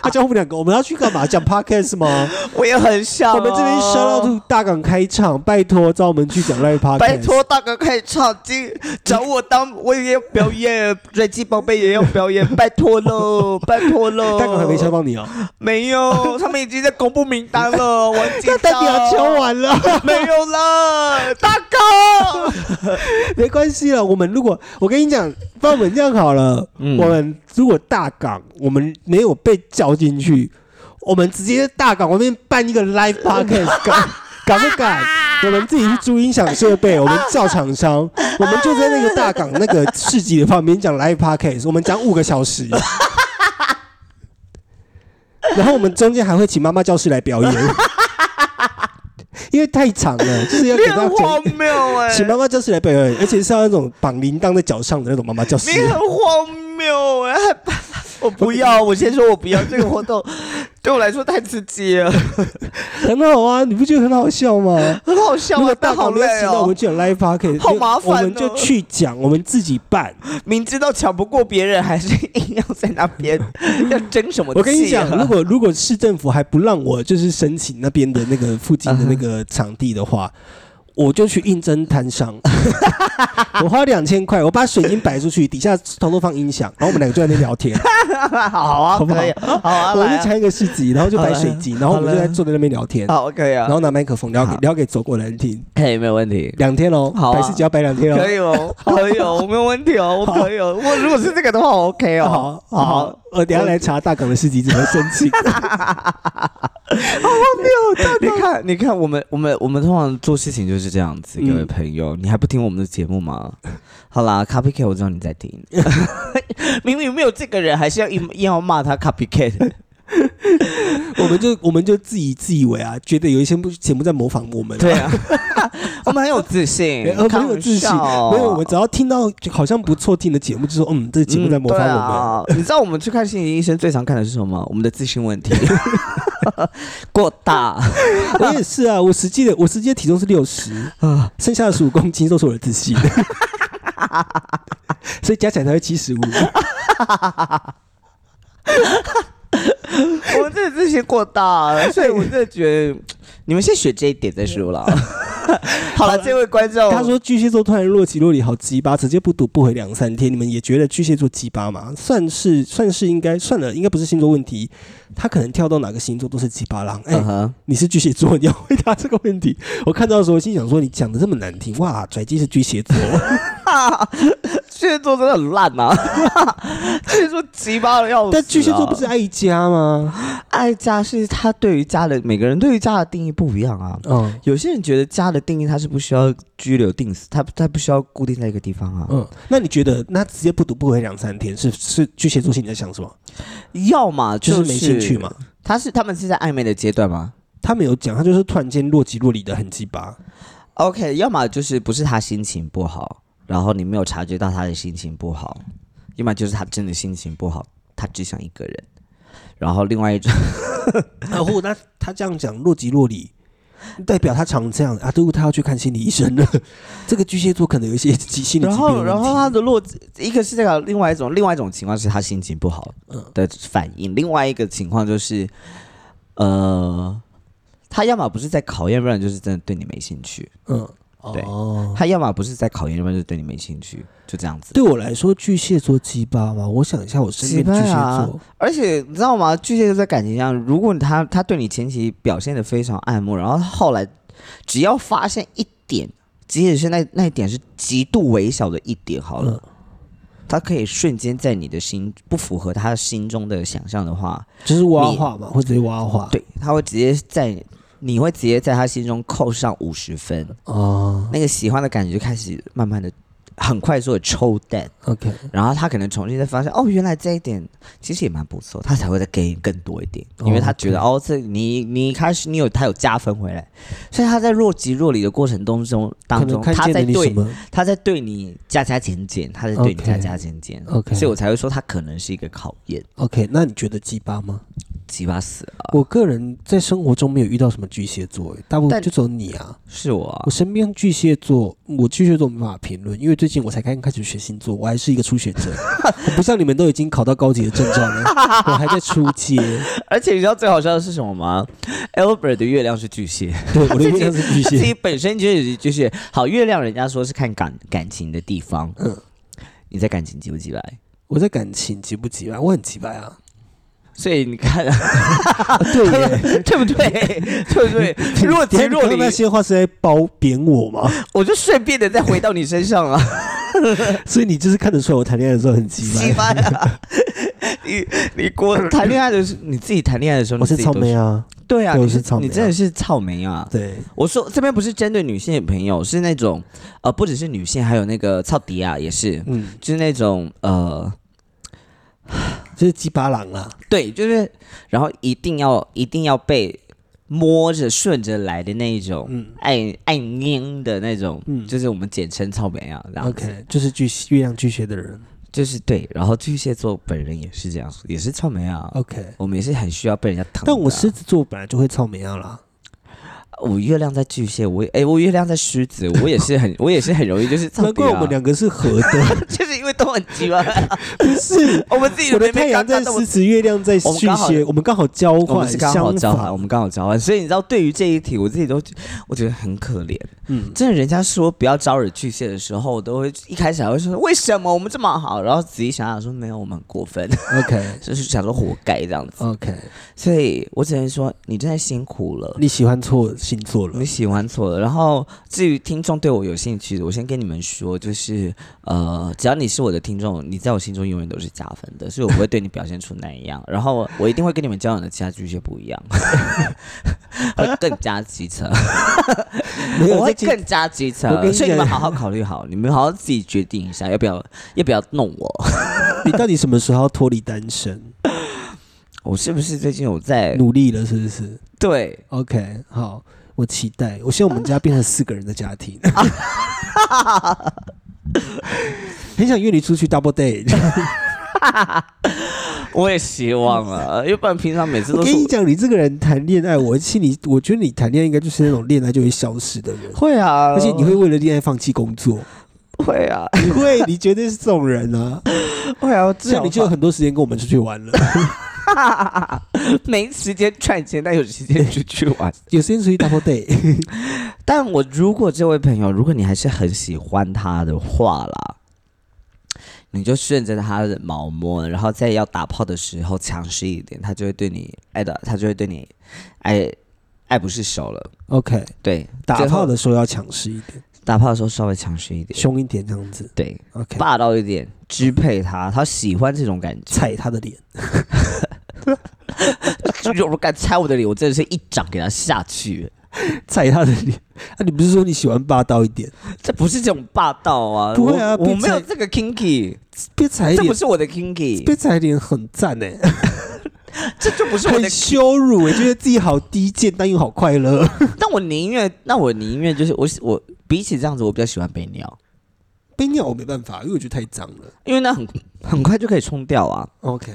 [SPEAKER 2] 他叫我们两个，我们要去干嘛？讲 podcast 吗？
[SPEAKER 1] 我也很想、啊
[SPEAKER 2] 我们这边 shout out to 大港开场，拜托找我们去讲 live podcast。
[SPEAKER 1] 拜托大哥可以唱经，找我当我也要表演，人气宝贝也要表演，拜托
[SPEAKER 2] [LAUGHS]
[SPEAKER 1] 喽，拜托喽。
[SPEAKER 2] 大港还没敲到你 [LAUGHS] 哦。
[SPEAKER 1] 没
[SPEAKER 2] [LAUGHS]
[SPEAKER 1] 有，他们已经在公布名单了，我很紧
[SPEAKER 2] 那
[SPEAKER 1] 张。
[SPEAKER 2] 代表敲完了，
[SPEAKER 1] 没有
[SPEAKER 2] [LAUGHS]
[SPEAKER 1] 了，大哥。
[SPEAKER 2] 没关系了。我们如果我跟你讲，帮我们这样好了，
[SPEAKER 1] 嗯
[SPEAKER 2] 我们如果大港我们没有被叫进去，我们直接在大港外面办一个 live podcast 搞。敢不敢？我们自己去租音响设备，我们叫厂商，我们就在那个大港那个市集的旁边讲 live podcast，我们讲五个小时， [LAUGHS] 然后我们中间还会请妈妈教室来表演， [LAUGHS] 因为太长了，就是要给大家讲。
[SPEAKER 1] 谬哎
[SPEAKER 2] 请妈妈教室来表演，而且是要那种绑铃铛在脚上的那种妈妈教室。
[SPEAKER 1] 荒谬哎、 [LAUGHS] 我不要，我先说我不要这个活动，对我来说太刺激了，
[SPEAKER 2] 很好啊，你不觉得很好笑吗？
[SPEAKER 1] 很好笑
[SPEAKER 2] 如果
[SPEAKER 1] 啊，
[SPEAKER 2] 大
[SPEAKER 1] 但好
[SPEAKER 2] 港没有
[SPEAKER 1] 累
[SPEAKER 2] 请到我
[SPEAKER 1] 哦
[SPEAKER 2] 们，去 live podcast，
[SPEAKER 1] 好麻烦哦
[SPEAKER 2] 我们就去讲，我们自己办。
[SPEAKER 1] 明知道抢不过别人，还是硬要在那边 [LAUGHS] 要争什么、气
[SPEAKER 2] 我跟你讲，
[SPEAKER 1] 啊
[SPEAKER 2] 如果如果市政府还不让我就是申请那边的那个附近的那个场地的话，我就去应征摊商。我花两千块，我把水晶摆出去，底下偷偷放音响，然后我们两个就在那边聊天。
[SPEAKER 1] [LAUGHS] 好啊，
[SPEAKER 2] 好不好
[SPEAKER 1] 可以，好啊，
[SPEAKER 2] 我
[SPEAKER 1] 来
[SPEAKER 2] 就
[SPEAKER 1] 啊，
[SPEAKER 2] 拆一个市集，然后就摆水晶，然后我们就在坐在那边聊天，
[SPEAKER 1] 好，可以啊
[SPEAKER 2] 然，后拿麦克风聊给
[SPEAKER 1] 好
[SPEAKER 2] 聊给走过来人听。
[SPEAKER 1] 可以，没有问题。
[SPEAKER 2] 两天哦，
[SPEAKER 1] 好啊
[SPEAKER 2] 摆市集要摆两天
[SPEAKER 1] 可
[SPEAKER 2] 哦。
[SPEAKER 1] 以哦，可以
[SPEAKER 2] [LAUGHS]
[SPEAKER 1] 哦，我没有问题哦，我可以哦。我如果是这个的话我，OK 哦，
[SPEAKER 2] 好好，我等一下来查大港的市集怎么申
[SPEAKER 1] [LAUGHS]
[SPEAKER 2] 请。
[SPEAKER 1] 你看，你看，我们我们我们通常做事情就是这样子，
[SPEAKER 2] 嗯
[SPEAKER 1] 各位朋友，你还不听我们的节目吗？ [LAUGHS] 好啦，copycat，我知道你在听， [LAUGHS] 明明没有这个人，还是要硬硬要骂他 copycat。
[SPEAKER 2] 我们就我们就自以自以为啊，觉得有一些不节目在模仿我们、
[SPEAKER 1] 对啊， [LAUGHS] 我们很有自信 [LAUGHS]
[SPEAKER 2] 没有，我，
[SPEAKER 1] 开
[SPEAKER 2] 们很有
[SPEAKER 1] 玩
[SPEAKER 2] 自信，
[SPEAKER 1] 笑哦
[SPEAKER 2] 没有，我们只要听到就好像不错听的节目，就说嗯，这个节目在模仿我们。
[SPEAKER 1] 嗯对啊、你知道我们去看心理医生最常看的是什么吗？我们的自信问 [LAUGHS] 题过大。
[SPEAKER 2] 我也是啊，我实际的我实际的体重是六十
[SPEAKER 1] [LAUGHS]
[SPEAKER 2] 啊，剩下的十五公斤都是我的自信，所以加起来才会七十五。
[SPEAKER 1] 我们真的自信过大了，所以我真的觉得你们先学这一点再说 [LAUGHS] 了。好了，这位观众，
[SPEAKER 2] 他说巨蟹座突然若即若离，好鸡巴，直接不读不回两三天。你们也觉得巨蟹座鸡巴吗？算是算是应该算了，应该不是星座问题，他可能跳到哪个星座都是鸡巴狼。哎、
[SPEAKER 1] 嗯哼，
[SPEAKER 2] 你是巨蟹座，你要回答这个问题。我看到的时候，心想说你讲的这么难听，哇，拽鸡是巨蟹座，
[SPEAKER 1] 哈， [LAUGHS] 巨蟹座真的很烂呐、啊， [LAUGHS] 巨蟹座奇葩的要死、啊
[SPEAKER 2] 但巨蟹座不是啊爱家吗？
[SPEAKER 1] 爱家，是他对于家的每个人对于家的定义不一样啊。
[SPEAKER 2] 嗯
[SPEAKER 1] 有些人觉得家的定义他是不需要拘留定死，他他不需要固定在一个地方啊。
[SPEAKER 2] 嗯，那你觉得那直接不读不回两三天是是巨蟹座心里在想什么？
[SPEAKER 1] 要么
[SPEAKER 2] 就是没兴趣嘛。？
[SPEAKER 1] 他是他们是在暧昧的阶段吗
[SPEAKER 2] 他没有讲，他就是突然间若即若离的很鸡巴。
[SPEAKER 1] ？OK，要么就是不是他心情不好，然后你没有察觉到他的心情不好；要么就是他真的心情不好，他只想一个人。然后另外一种。
[SPEAKER 2] 然后他哦他这样讲若即若离，代表他常这样啊，都他要去看心理医生了。 [LAUGHS] 这个巨蟹座可能有一些急心理
[SPEAKER 1] 然
[SPEAKER 2] 疾病的
[SPEAKER 1] 后，
[SPEAKER 2] 问题
[SPEAKER 1] 然后他的落，一个是这个，另外一种，另外一种情况是他心情不好
[SPEAKER 2] 嗯
[SPEAKER 1] 的反应，另外一个情况就是，呃，他要么不是在考验，要不然就是真的对你没兴趣；
[SPEAKER 2] 嗯
[SPEAKER 1] 对
[SPEAKER 2] 哦。
[SPEAKER 1] 他要么不是在考验，要不然就是对你没兴趣，就这样子。
[SPEAKER 2] 对我来说，巨蟹座鸡巴嘛，我想一下，我身边
[SPEAKER 1] 鸡巴
[SPEAKER 2] 巨蟹
[SPEAKER 1] 啊
[SPEAKER 2] 座，
[SPEAKER 1] 而且你知道吗？巨蟹座在感情上，如果他他对你前期表现的非常爱慕，然后后来只要发现一点，即使是那那一点是极度微小的一点，好了，他可以瞬间在你的心不符合他心中的想象的话，
[SPEAKER 2] 就是挖话嘛，会直接挖话。
[SPEAKER 1] 对，他会直接在你会直接在他心中扣上五十分，
[SPEAKER 2] 哦
[SPEAKER 1] 那个喜欢的感觉就开始慢慢的很快速的抽淡。
[SPEAKER 2] ，OK，
[SPEAKER 1] 然后他可能重新再发现，哦，原来这一点其实也蛮不错，他才会再给你更多一点，因为他觉得哦，这你你一开始你有他有加分回来，所以他在若即若离的过程当中
[SPEAKER 2] 可
[SPEAKER 1] 当
[SPEAKER 2] 能
[SPEAKER 1] 中，
[SPEAKER 2] 看
[SPEAKER 1] 他
[SPEAKER 2] 见了
[SPEAKER 1] 在
[SPEAKER 2] 你什
[SPEAKER 1] 对
[SPEAKER 2] 么？
[SPEAKER 1] 他在对你加加减减，他在对你
[SPEAKER 2] OK
[SPEAKER 1] 加加减减
[SPEAKER 2] OK
[SPEAKER 1] 所以我才会说他可能是一个考验，
[SPEAKER 2] OK，那你觉得鸡巴吗？
[SPEAKER 1] 鸡巴死了，
[SPEAKER 2] 我个人在生活中没有遇到什么巨蟹座，欸大部分
[SPEAKER 1] 但
[SPEAKER 2] 就只有你啊。
[SPEAKER 1] 是我啊
[SPEAKER 2] 我身边巨蟹座，我巨蟹座没办法评论，因为最近我才刚开始学星座，我还是一个初学者， [LAUGHS] 我不像你们都已经考到高级的证照了，我还在初阶。
[SPEAKER 1] 而且你知道最好笑的是什么吗？Albert 的月亮是巨蟹，
[SPEAKER 2] 对，我的月亮是巨
[SPEAKER 1] 他自己
[SPEAKER 2] 蟹，
[SPEAKER 1] 本身就是巨蟹。好，月亮人家说是看感感情的地方，
[SPEAKER 2] 嗯
[SPEAKER 1] 你在感情急不急来？
[SPEAKER 2] 我在感情急不急吧？我很急吧啊！
[SPEAKER 1] 所以你看，
[SPEAKER 2] 啊对耶，
[SPEAKER 1] [LAUGHS] 对不对？对不对？ [LAUGHS] [LAUGHS] 如果急
[SPEAKER 2] 你
[SPEAKER 1] 若
[SPEAKER 2] 刚刚那
[SPEAKER 1] 离，
[SPEAKER 2] 些话是在褒贬我吗？ [LAUGHS]
[SPEAKER 1] 我就顺便的再回到你身上啊，
[SPEAKER 2] 所以你就是看得出来我谈恋爱的时候很急
[SPEAKER 1] 鸡
[SPEAKER 2] 吧？
[SPEAKER 1] 巴呀！啊 [LAUGHS] 你你过谈恋爱的时候，你自己谈恋爱的时候，
[SPEAKER 2] 我是
[SPEAKER 1] 你自己
[SPEAKER 2] 草
[SPEAKER 1] 都
[SPEAKER 2] 莓啊，
[SPEAKER 1] 对啊，
[SPEAKER 2] 对
[SPEAKER 1] 你
[SPEAKER 2] 我是草莓啊
[SPEAKER 1] 你真的是草莓啊！
[SPEAKER 2] 对，
[SPEAKER 1] 我说这边不是针对女性朋友，是那种呃，不只是女性，还有那个草迪啊，也是，
[SPEAKER 2] 嗯，
[SPEAKER 1] 就是那种呃，
[SPEAKER 2] 就是鸡巴狼啊啦，
[SPEAKER 1] 对，就是然后一定要一定要被摸着顺着来的那一种，
[SPEAKER 2] 嗯
[SPEAKER 1] 爱爱拧的那种，就是我们简称草莓啊，然后
[SPEAKER 2] OK，就是巨月亮巨蟹的人
[SPEAKER 1] 就是对，然后巨蟹座本人也是这样，也是草莓啊。
[SPEAKER 2] ，OK。
[SPEAKER 1] 我们也是很需要被人家疼的啊、
[SPEAKER 2] 哦但我狮子座本来就会草莓啊啦，
[SPEAKER 1] 我月亮在巨蟹，我哎、我月亮在狮子，我也是很， [LAUGHS] 我也是很容易就是操
[SPEAKER 2] 难怪
[SPEAKER 1] 别
[SPEAKER 2] 我
[SPEAKER 1] 啊
[SPEAKER 2] 们两个是合的。
[SPEAKER 1] 就是因为都很鸡巴，
[SPEAKER 2] [LAUGHS] 是
[SPEAKER 1] [LAUGHS] 我们自己
[SPEAKER 2] 我的
[SPEAKER 1] 没
[SPEAKER 2] 太阳在狮
[SPEAKER 1] 我
[SPEAKER 2] 子，月亮在
[SPEAKER 1] 我们
[SPEAKER 2] 巨
[SPEAKER 1] 刚好
[SPEAKER 2] 蟹，我们刚好交
[SPEAKER 1] 我
[SPEAKER 2] 换，
[SPEAKER 1] 们是刚好
[SPEAKER 2] 相
[SPEAKER 1] 交换，
[SPEAKER 2] 反
[SPEAKER 1] 我。们刚好交换，所以你知道，对于这一题，我自己都我觉得很可怜。
[SPEAKER 2] 嗯，
[SPEAKER 1] 真的，人家说不要招惹巨蟹的时候，我都会一开始还会说为什么我们这么好，然后仔细想想说没有，我们很过分， [LAUGHS]
[SPEAKER 2] [LAUGHS] OK
[SPEAKER 1] 就是想说活该这样子。
[SPEAKER 2] OK，
[SPEAKER 1] 所以我只能说，你真的辛苦了。
[SPEAKER 2] 你喜欢错星座了
[SPEAKER 1] 你喜欢错了。然后至于听众对我有兴趣的，我先跟你们说，就是呃，只要你是我的听众，你在我心中永远都是加分的，所以我不会对你表现出那样。然后我一定会跟你们交往的其他巨蟹不一样， [LAUGHS] 会更加机车，
[SPEAKER 2] 没有
[SPEAKER 1] 我会
[SPEAKER 2] 这集
[SPEAKER 1] 更加机车
[SPEAKER 2] 我跟。你
[SPEAKER 1] 所以你们
[SPEAKER 2] 讲
[SPEAKER 1] 好好考虑好，你们好好自己决定一下，要不要要不要弄我？
[SPEAKER 2] 你到底什么时候脱离单身？
[SPEAKER 1] [LAUGHS] 我是不是最近有在
[SPEAKER 2] 努力了是不是
[SPEAKER 1] 对？
[SPEAKER 2] ？OK，好，我期待。我希望我们家变成四个人的家庭。 [LAUGHS] 很想约你出去 double date。
[SPEAKER 1] [LAUGHS] 我也希望啊，要不然平常每次
[SPEAKER 2] 我
[SPEAKER 1] 都是
[SPEAKER 2] 跟你
[SPEAKER 1] 我
[SPEAKER 2] 讲，你这个人谈恋爱，我心里我觉得你谈恋爱应该就是那种恋爱就会消失的人，
[SPEAKER 1] 会啊，
[SPEAKER 2] 而且你会为了恋爱放弃工作，
[SPEAKER 1] 会啊，
[SPEAKER 2] 你会，你绝对是这种人啊！
[SPEAKER 1] 会啊，这
[SPEAKER 2] 这样你就有很多时间跟我们出去玩了，
[SPEAKER 1] [LAUGHS] 没时间赚钱，但有时间出去玩。
[SPEAKER 2] [LAUGHS] 有时间出去 double date。
[SPEAKER 1] 但我如果这位朋友，如果你还是很喜欢他的话啦，你就顺着他的毛摸，然后在要打炮的时候强势一点，他就会对你爱的，他就会对你爱爱不释手了。
[SPEAKER 2] OK，
[SPEAKER 1] 对，
[SPEAKER 2] 打
[SPEAKER 1] 最后
[SPEAKER 2] 炮的时候要强势一点，
[SPEAKER 1] 打炮的时候稍微强势一点，
[SPEAKER 2] 凶一点这样子。
[SPEAKER 1] 对，
[SPEAKER 2] OK，
[SPEAKER 1] 霸道一点，支配他，他喜欢这种感
[SPEAKER 2] [LAUGHS]
[SPEAKER 1] 觉。
[SPEAKER 2] 踩他的脸。
[SPEAKER 1] 如果敢踩我的脸，我真的是一掌给他下去。
[SPEAKER 2] 踩他的脸。啊，你不是说你喜欢霸道一点？
[SPEAKER 1] 这不是这种霸道啊！
[SPEAKER 2] 不会啊哎
[SPEAKER 1] 我我没有
[SPEAKER 2] 被踩
[SPEAKER 1] 这个 kinky。
[SPEAKER 2] 被踩
[SPEAKER 1] 这不
[SPEAKER 2] 脸，
[SPEAKER 1] 是我的 kinky，
[SPEAKER 2] 被踩脸很赞哎、
[SPEAKER 1] 这就不是我的
[SPEAKER 2] 很。羞辱、欸，觉得自己好低贱，但又好快乐。
[SPEAKER 1] 但我宁愿，那我宁愿就是我我比起这样子，我比较喜欢被尿，
[SPEAKER 2] 被尿我没办法，因为我觉得太脏了。
[SPEAKER 1] 因为那很 [LAUGHS] 很快就可以冲掉啊。
[SPEAKER 2] OK，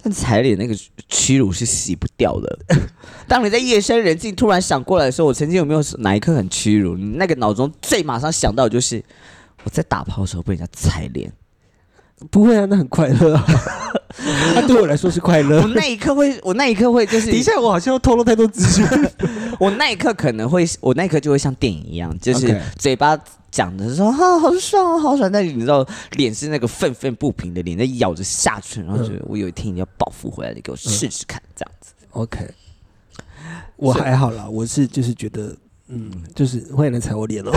[SPEAKER 1] 但踩脸那个屈辱是洗不掉的。 [LAUGHS] 当你在夜深人静突然想过来的时候，我曾经有没有哪一刻很屈辱？你那个脑中最马上想到的就是我在打炮的时候被人家踩脸，
[SPEAKER 2] 不会啊，那很快 [LAUGHS] 乐、啊。他对我来说是快乐
[SPEAKER 1] 我。那一刻会，我那一刻会就是
[SPEAKER 2] 等一下，我好像要透露太多资讯。
[SPEAKER 1] 我那一刻可能会，我那一刻就会像电影一样，就是
[SPEAKER 2] OK
[SPEAKER 1] 嘴巴讲的说啊好爽啊好爽，但是你知道脸是那个愤愤不平的脸在咬着下唇，然后
[SPEAKER 2] 嗯
[SPEAKER 1] 觉得我有一天一定要报复回来，你给我试试看，这样子。
[SPEAKER 2] OK，我
[SPEAKER 1] 是
[SPEAKER 2] 还好啦，我是就是觉得。嗯，就是欢迎来踩我脸哦，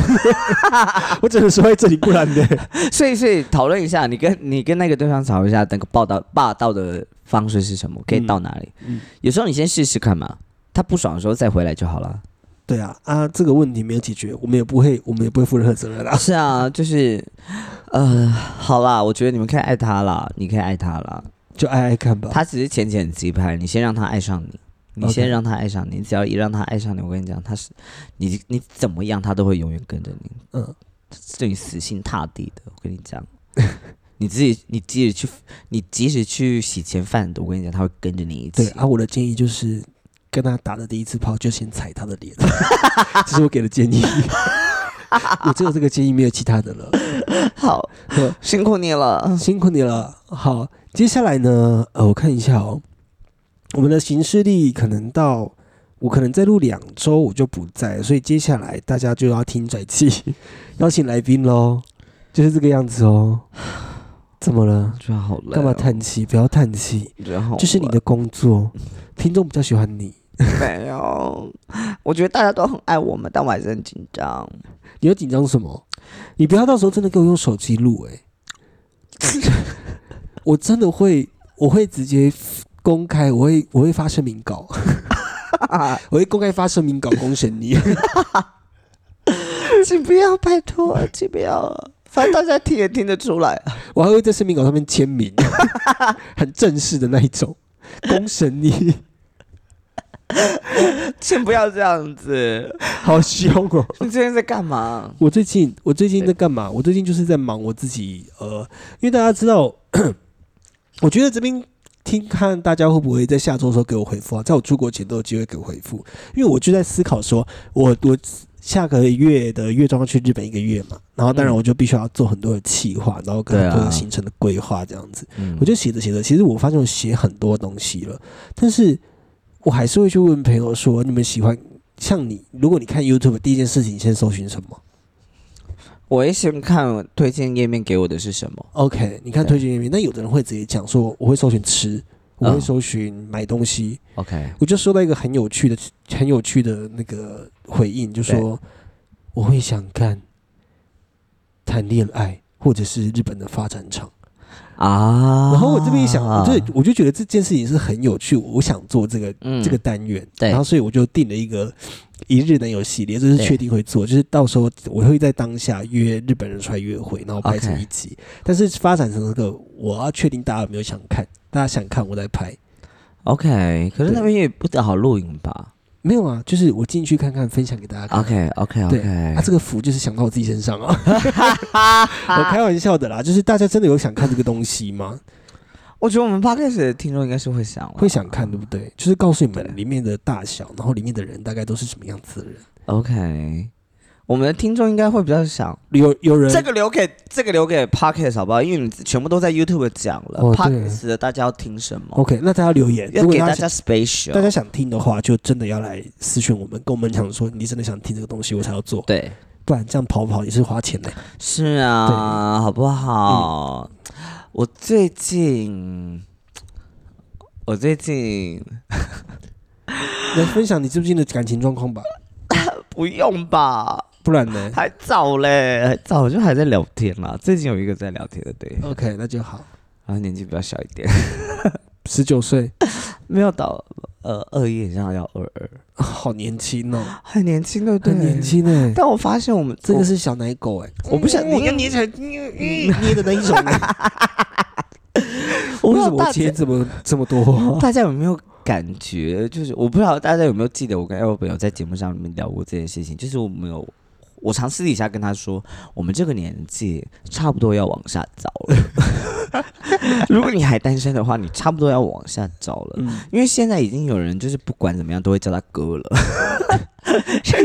[SPEAKER 2] [LAUGHS] 我只能说在这里，不然的。
[SPEAKER 1] 所以，所以讨论一下，你跟你跟那个对方讨论一下那个霸道霸道的方式是什么，可以到哪里？
[SPEAKER 2] 嗯嗯
[SPEAKER 1] 有时候你先试试看嘛，他不爽的时候再回来就好了。
[SPEAKER 2] [LAUGHS] 对啊，啊，这个问题没有解决，我们也不会，我们也不会负任何责任啦。
[SPEAKER 1] 是啊，就是，呃，好啦，我觉得你们可以爱他啦，你可以爱他啦。
[SPEAKER 2] [LAUGHS] 就爱爱看吧。
[SPEAKER 1] 他只是浅浅击拍，你先让他爱上你，你
[SPEAKER 2] OK
[SPEAKER 1] 先让他爱上你，只要一让他爱上你，我跟你讲，他是你你怎么样，他都会永远跟着你，
[SPEAKER 2] 嗯，
[SPEAKER 1] 对你死心塌地的。我跟你讲， [LAUGHS] 你自己你即使去你即使去洗钱饭的，我跟你讲，他会跟着你一
[SPEAKER 2] 对
[SPEAKER 1] 起。
[SPEAKER 2] 啊，我的建议就是跟他打的第一次炮就先踩他的 [LAUGHS] 脸，这是我给的建 [LAUGHS] 议。我只有这个建议，没有其他的 [LAUGHS] 了。
[SPEAKER 1] 好
[SPEAKER 2] 呵，
[SPEAKER 1] 辛苦你了。
[SPEAKER 2] 辛苦你了。好，接下来呢，呃，我看一下哦，我们的行事历可能到我可能再录两周我就不在，所以接下来大家就要听拽气， [LAUGHS] 邀请来宾喽，就是这个样子哦。怎么了？
[SPEAKER 1] 觉得好累、
[SPEAKER 2] 干嘛？叹气？不要叹气，
[SPEAKER 1] 我觉得好
[SPEAKER 2] 哦这是你的工作，听众比较喜欢你。
[SPEAKER 1] 没有，我觉得大家都很爱我们，但我还是很紧张。
[SPEAKER 2] [LAUGHS] 你要紧张什么？你欸 [LAUGHS] 不要到时候真的给我用手机录哎！我真的会，我会直接公开，我会我会发声明 [LAUGHS] 稿，我会公开发声明稿公审你。
[SPEAKER 1] 请不要，拜托，请不要，反正大家听也听得出来。
[SPEAKER 2] 我还会在声明稿上面签名，很正式的那一种，公审你，
[SPEAKER 1] [LAUGHS] 请不要这样 [LAUGHS] 子，
[SPEAKER 2] 好凶哦！
[SPEAKER 1] 你最近在干嘛？
[SPEAKER 2] 我最近我最近在干嘛？我最近就是在忙我自己，呃，因为大家知道， [CLEARS THROAT] 我觉得这边听看大家会不会在下周的时候给我回复啊，在我出国前都有机会给我回复，因为我就在思考说，我我下个月的月中要去日本一个月嘛，然后当然
[SPEAKER 1] 嗯
[SPEAKER 2] 我就必须要做很多的企划，然后跟
[SPEAKER 1] 对
[SPEAKER 2] 很
[SPEAKER 1] 啊
[SPEAKER 2] 多的行程的规划这样子。
[SPEAKER 1] 嗯
[SPEAKER 2] 我就写着写着，其实我发现我写很多东西了，但是我还是会去问朋友说，你们喜欢像你，如果你看 YouTube 第一件事情，先搜寻什么
[SPEAKER 1] 我也先看推荐页面给我的是什么。
[SPEAKER 2] ？OK，你看
[SPEAKER 1] 对
[SPEAKER 2] 推荐页面，那有的人会直接讲说，我会搜寻吃，我会
[SPEAKER 1] 嗯
[SPEAKER 2] 搜寻买东西。
[SPEAKER 1] OK，
[SPEAKER 2] 我就收到一个很有趣的、很有趣的那个回应，就说我会想看谈恋爱，或者是日本的发展场。
[SPEAKER 1] 啊，
[SPEAKER 2] 然后我这边一想，我就我就觉得这件事情是很有趣，我想做这个
[SPEAKER 1] 嗯
[SPEAKER 2] 这个单元，
[SPEAKER 1] 对
[SPEAKER 2] 然后所以我就定了一个一日男友系列，这是
[SPEAKER 1] 对
[SPEAKER 2] 确定会做，就是到时候我会在当下约日本人出来约会，然后拍成
[SPEAKER 1] OK
[SPEAKER 2] 一集。但是发展成这个，我要确定大家有没有想看，大家想看我再拍。
[SPEAKER 1] OK，可是那
[SPEAKER 2] 对
[SPEAKER 1] 边也不太好录影吧
[SPEAKER 2] 没有啊，就是我进去看看，分享给大家看。
[SPEAKER 1] ？OK OK
[SPEAKER 2] 对
[SPEAKER 1] OK，
[SPEAKER 2] 啊，这个福就是想到我自己身上啊！
[SPEAKER 1] [LAUGHS]
[SPEAKER 2] 我开玩笑的啦，就是大家真的有想看这个东西吗？
[SPEAKER 1] 我觉得我们 podcast 的听众应该是会想
[SPEAKER 2] 会想看，对不对？就是告诉你们
[SPEAKER 1] 对
[SPEAKER 2] 里面的大小，然后里面的人大概都是什么样子的人。
[SPEAKER 1] OK。我们的听众应该会比较想
[SPEAKER 2] 有有人
[SPEAKER 1] 这个留给这个留给 podcast 好不好？因为你们全部都在 YouTube 讲了、
[SPEAKER 2] 哦
[SPEAKER 1] p o d
[SPEAKER 2] 对
[SPEAKER 1] c a s t 的大家要听什么？
[SPEAKER 2] OK，那大家留言，
[SPEAKER 1] 要
[SPEAKER 2] 如果
[SPEAKER 1] 给
[SPEAKER 2] 大
[SPEAKER 1] 大家
[SPEAKER 2] 家
[SPEAKER 1] special。
[SPEAKER 2] 大家想听的话，就真的要来私讯我们，跟我们讲说你真的想听这个东西，我才要做，
[SPEAKER 1] 对，
[SPEAKER 2] 不然这样跑跑也是花钱的。
[SPEAKER 1] 是啊，好不好？我最近，我最近
[SPEAKER 2] [LAUGHS] 来分享你最近的感情状况吧，
[SPEAKER 1] 不用吧，
[SPEAKER 2] 不然 [LAUGHS] 呢
[SPEAKER 1] 还早嘞，还早就还在聊天啦。最近有一个在聊天的，对，
[SPEAKER 2] ？OK，那就好。
[SPEAKER 1] 然后年纪比较小一点，
[SPEAKER 2] 十九岁，
[SPEAKER 1] 没有到呃二一，好像要二二，
[SPEAKER 2] 好年轻哦，
[SPEAKER 1] 很年轻，对不对？
[SPEAKER 2] 很年。轻哎，
[SPEAKER 1] 但我发现我们
[SPEAKER 2] 这个
[SPEAKER 1] 是
[SPEAKER 2] 是小奶狗哎，
[SPEAKER 1] 我不想
[SPEAKER 2] 嗯
[SPEAKER 1] 你跟
[SPEAKER 2] 捏起来捏捏的那一种哎。
[SPEAKER 1] 嗯我不
[SPEAKER 2] [LAUGHS] 为
[SPEAKER 1] 知
[SPEAKER 2] 什
[SPEAKER 1] 道
[SPEAKER 2] 么
[SPEAKER 1] 大
[SPEAKER 2] 我
[SPEAKER 1] 家
[SPEAKER 2] 钱怎么这么 [LAUGHS] 多？
[SPEAKER 1] 大家有没有感觉？就是我不知道大家有没有记得，我跟 Albert 有在节目上面聊过这件事情。就是我们有，我常私底下跟他说，我们这个年纪差不多要往下走
[SPEAKER 2] [LAUGHS]
[SPEAKER 1] 了。如果你还单身的话，你差不多要往下走了。
[SPEAKER 2] 嗯
[SPEAKER 1] 因为现在已经有人就是不管怎么样都会叫他哥
[SPEAKER 2] [LAUGHS]
[SPEAKER 1] 了，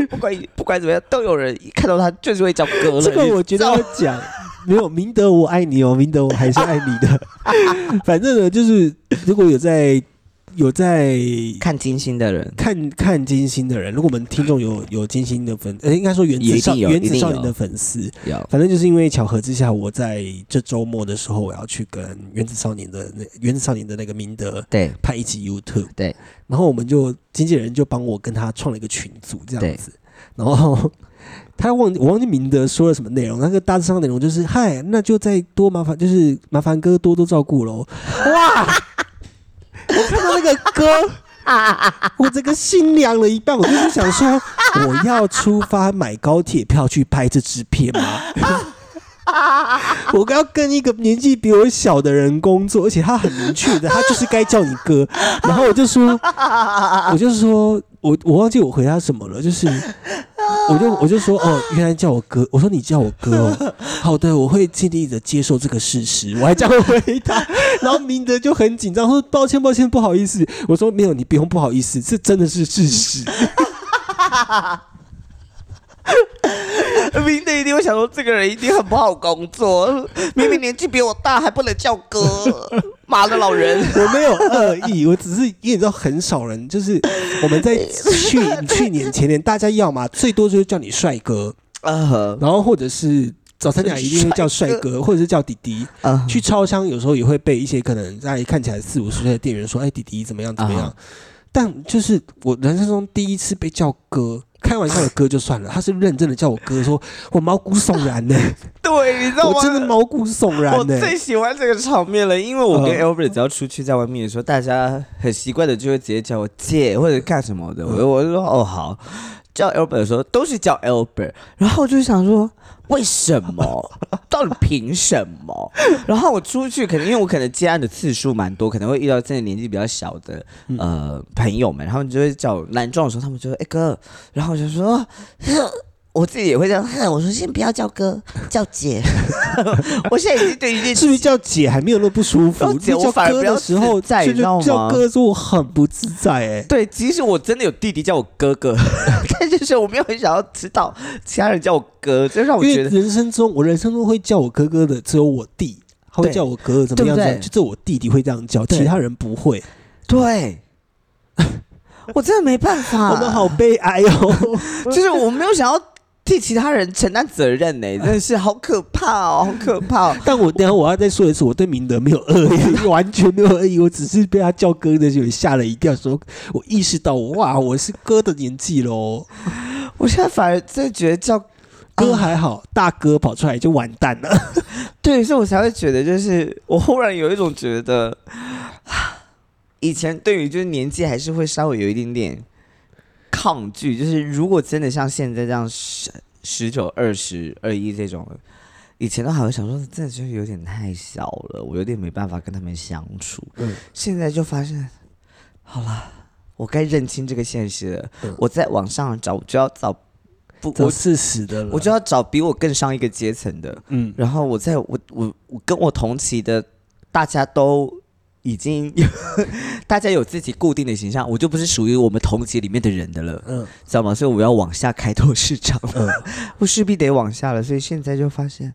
[SPEAKER 1] 不管不管怎么样都有人一看到他就是会叫哥了。
[SPEAKER 2] 这个我觉得要讲，没有明德我爱你哦，明德我还是爱你的。 [LAUGHS] 反正呢，就是如果有在有在
[SPEAKER 1] 看金星的人
[SPEAKER 2] 看看金星的人，如果我们听众有有金星的粉，呃，应该说原
[SPEAKER 1] 嗯也
[SPEAKER 2] 子
[SPEAKER 1] 一定
[SPEAKER 2] 少
[SPEAKER 1] 有
[SPEAKER 2] 原
[SPEAKER 1] 一
[SPEAKER 2] 子
[SPEAKER 1] 定
[SPEAKER 2] 少年
[SPEAKER 1] 有
[SPEAKER 2] 的粉丝，
[SPEAKER 1] 要
[SPEAKER 2] 反正就是因为巧合之下，我在这周末的时候，我要去跟原子少年的那原子少年的那个明德
[SPEAKER 1] 对
[SPEAKER 2] 拍一集 YouTube，
[SPEAKER 1] 对，
[SPEAKER 2] 然后我们就经纪人就帮我跟他创了一个群组这样子，然后他忘我忘记明德说了什么内容，那个大致上的内容就是嗨，那就再多麻烦，就是麻烦哥多多照顾喽。哇，我看到那个哥。我整个心凉了一半，我就是想说，我要出发买高铁票去拍这支片吗？我要跟一个年纪比我小的人工作，而且他很明确的，他就是该叫你哥。然后我就说，我就说我我忘记我回他什么了，就是。我就我就说哦，原来叫我哥。我说你叫我哥哦，好的，我会尽力的接受这个事实。我还这样回答，然后明德就很紧张，说抱歉抱歉，不好意思。我说没有，你不用不好意思，这真的是事实。
[SPEAKER 1] [LAUGHS] 明的一定会想说，这个人一定很不好工
[SPEAKER 2] [LAUGHS]
[SPEAKER 1] 作，明明年纪比我大还不能叫哥，妈的老人！
[SPEAKER 2] [LAUGHS] 我没有恶意，我只是因为你知道很少人，就是我们在 [LAUGHS] 去去年前年，大家要嘛最多就是叫你帅哥，
[SPEAKER 1] 呃
[SPEAKER 2] 然后或者是早餐店一定会叫帅哥，或者是叫弟弟。
[SPEAKER 1] 呃，
[SPEAKER 2] 去超商有时候也会被一些可能在看起来四五十岁的店员说：“哎，弟弟怎么样怎么样
[SPEAKER 1] 啊？”
[SPEAKER 2] 但就是我人生中第一次被叫哥，开玩笑的歌就算了，他是认真的叫我哥说，我毛骨悚然 [LAUGHS] 呢、
[SPEAKER 1] 对，你知道吗？
[SPEAKER 2] 我真的毛骨悚然
[SPEAKER 1] 我
[SPEAKER 2] 呢、啊
[SPEAKER 1] 最喜欢这个场面了，因为我跟 Albert 只要出去在外面的时候，大家很习惯的就会直接叫我姐或者干什么的，
[SPEAKER 2] 嗯
[SPEAKER 1] 我我就说哦好，叫 Albert 的时候都是叫 Albert，然后我就想说为什
[SPEAKER 2] [LAUGHS]
[SPEAKER 1] 么？到底凭什么？然后我出去可能因为我可能接案的次数蛮多，可能会遇到真的年纪比较小的
[SPEAKER 2] 嗯
[SPEAKER 1] 呃朋友们，然后你就会叫我男装的时候，他们就说哎、哥，然后我就说。 [LAUGHS] 呵我自己也会这样，哼，我说先不要叫哥，叫姐。 [LAUGHS] 我现在已经对于这
[SPEAKER 2] 至于叫姐还没有那么不舒服，
[SPEAKER 1] 要
[SPEAKER 2] 你
[SPEAKER 1] 姐
[SPEAKER 2] 叫
[SPEAKER 1] 我反而
[SPEAKER 2] 哥
[SPEAKER 1] 比较
[SPEAKER 2] 的时候，
[SPEAKER 1] 自在
[SPEAKER 2] 就
[SPEAKER 1] 你知道
[SPEAKER 2] 就
[SPEAKER 1] 吗
[SPEAKER 2] 叫哥说我很不自在哎、
[SPEAKER 1] 对，即使我真的有弟弟叫我哥哥， [LAUGHS] 但就是我没有很想要知道其他人叫我哥，这让我
[SPEAKER 2] 因
[SPEAKER 1] 觉
[SPEAKER 2] 为
[SPEAKER 1] 得
[SPEAKER 2] 人生中，我人生中会叫我哥哥的只有我弟，他会
[SPEAKER 1] 对
[SPEAKER 2] 叫我哥哥怎么样？
[SPEAKER 1] 对不对
[SPEAKER 2] 怎么样就只有我弟弟会这样叫，
[SPEAKER 1] 对
[SPEAKER 2] 其他人不会。
[SPEAKER 1] 对。 [LAUGHS] 我真的没办法，
[SPEAKER 2] [LAUGHS] 我们好，悲哀哦。
[SPEAKER 1] [LAUGHS] 就是我没有想要替其他人承担责任呢、真的是好可怕哦，好可怕、哦。
[SPEAKER 2] [LAUGHS] 但我等一下我要再说一次，我对明德没有恶意，完全没有恶意，我只是被他叫哥的时候吓了一跳，说我意识到哇，我是哥的年纪喽。
[SPEAKER 1] 我现在反而真的觉得叫
[SPEAKER 2] 哥还好，大哥跑出来就完蛋了。
[SPEAKER 1] 对，所以我才会觉得，就是我忽然有一种觉得， [SIGHS] 啊以前对于就是年纪还是会稍微有一点点抗拒，就是如果真的像现在这样十十九、二十、二一这种，以前都还会想说，真的就是有点太小了，我有点没办法跟他们相处。
[SPEAKER 2] 嗯
[SPEAKER 1] 现在就发现，好了，我该认清这个现实了。
[SPEAKER 2] 嗯
[SPEAKER 1] 我在网上找，我就要找不，
[SPEAKER 2] 我
[SPEAKER 1] 我
[SPEAKER 2] 是死的了，
[SPEAKER 1] 我就要找比我更上一个阶层的。
[SPEAKER 2] 嗯，
[SPEAKER 1] 然后我在我我我跟我同期的大家都已经 [LAUGHS] 大家有自己固定的形象，我就不是属于我们同级里面的人的了，
[SPEAKER 2] 嗯
[SPEAKER 1] 知道吗？所以我要往下开拓市场，
[SPEAKER 2] 嗯
[SPEAKER 1] [LAUGHS] 我势必得往下了。所以现在就发现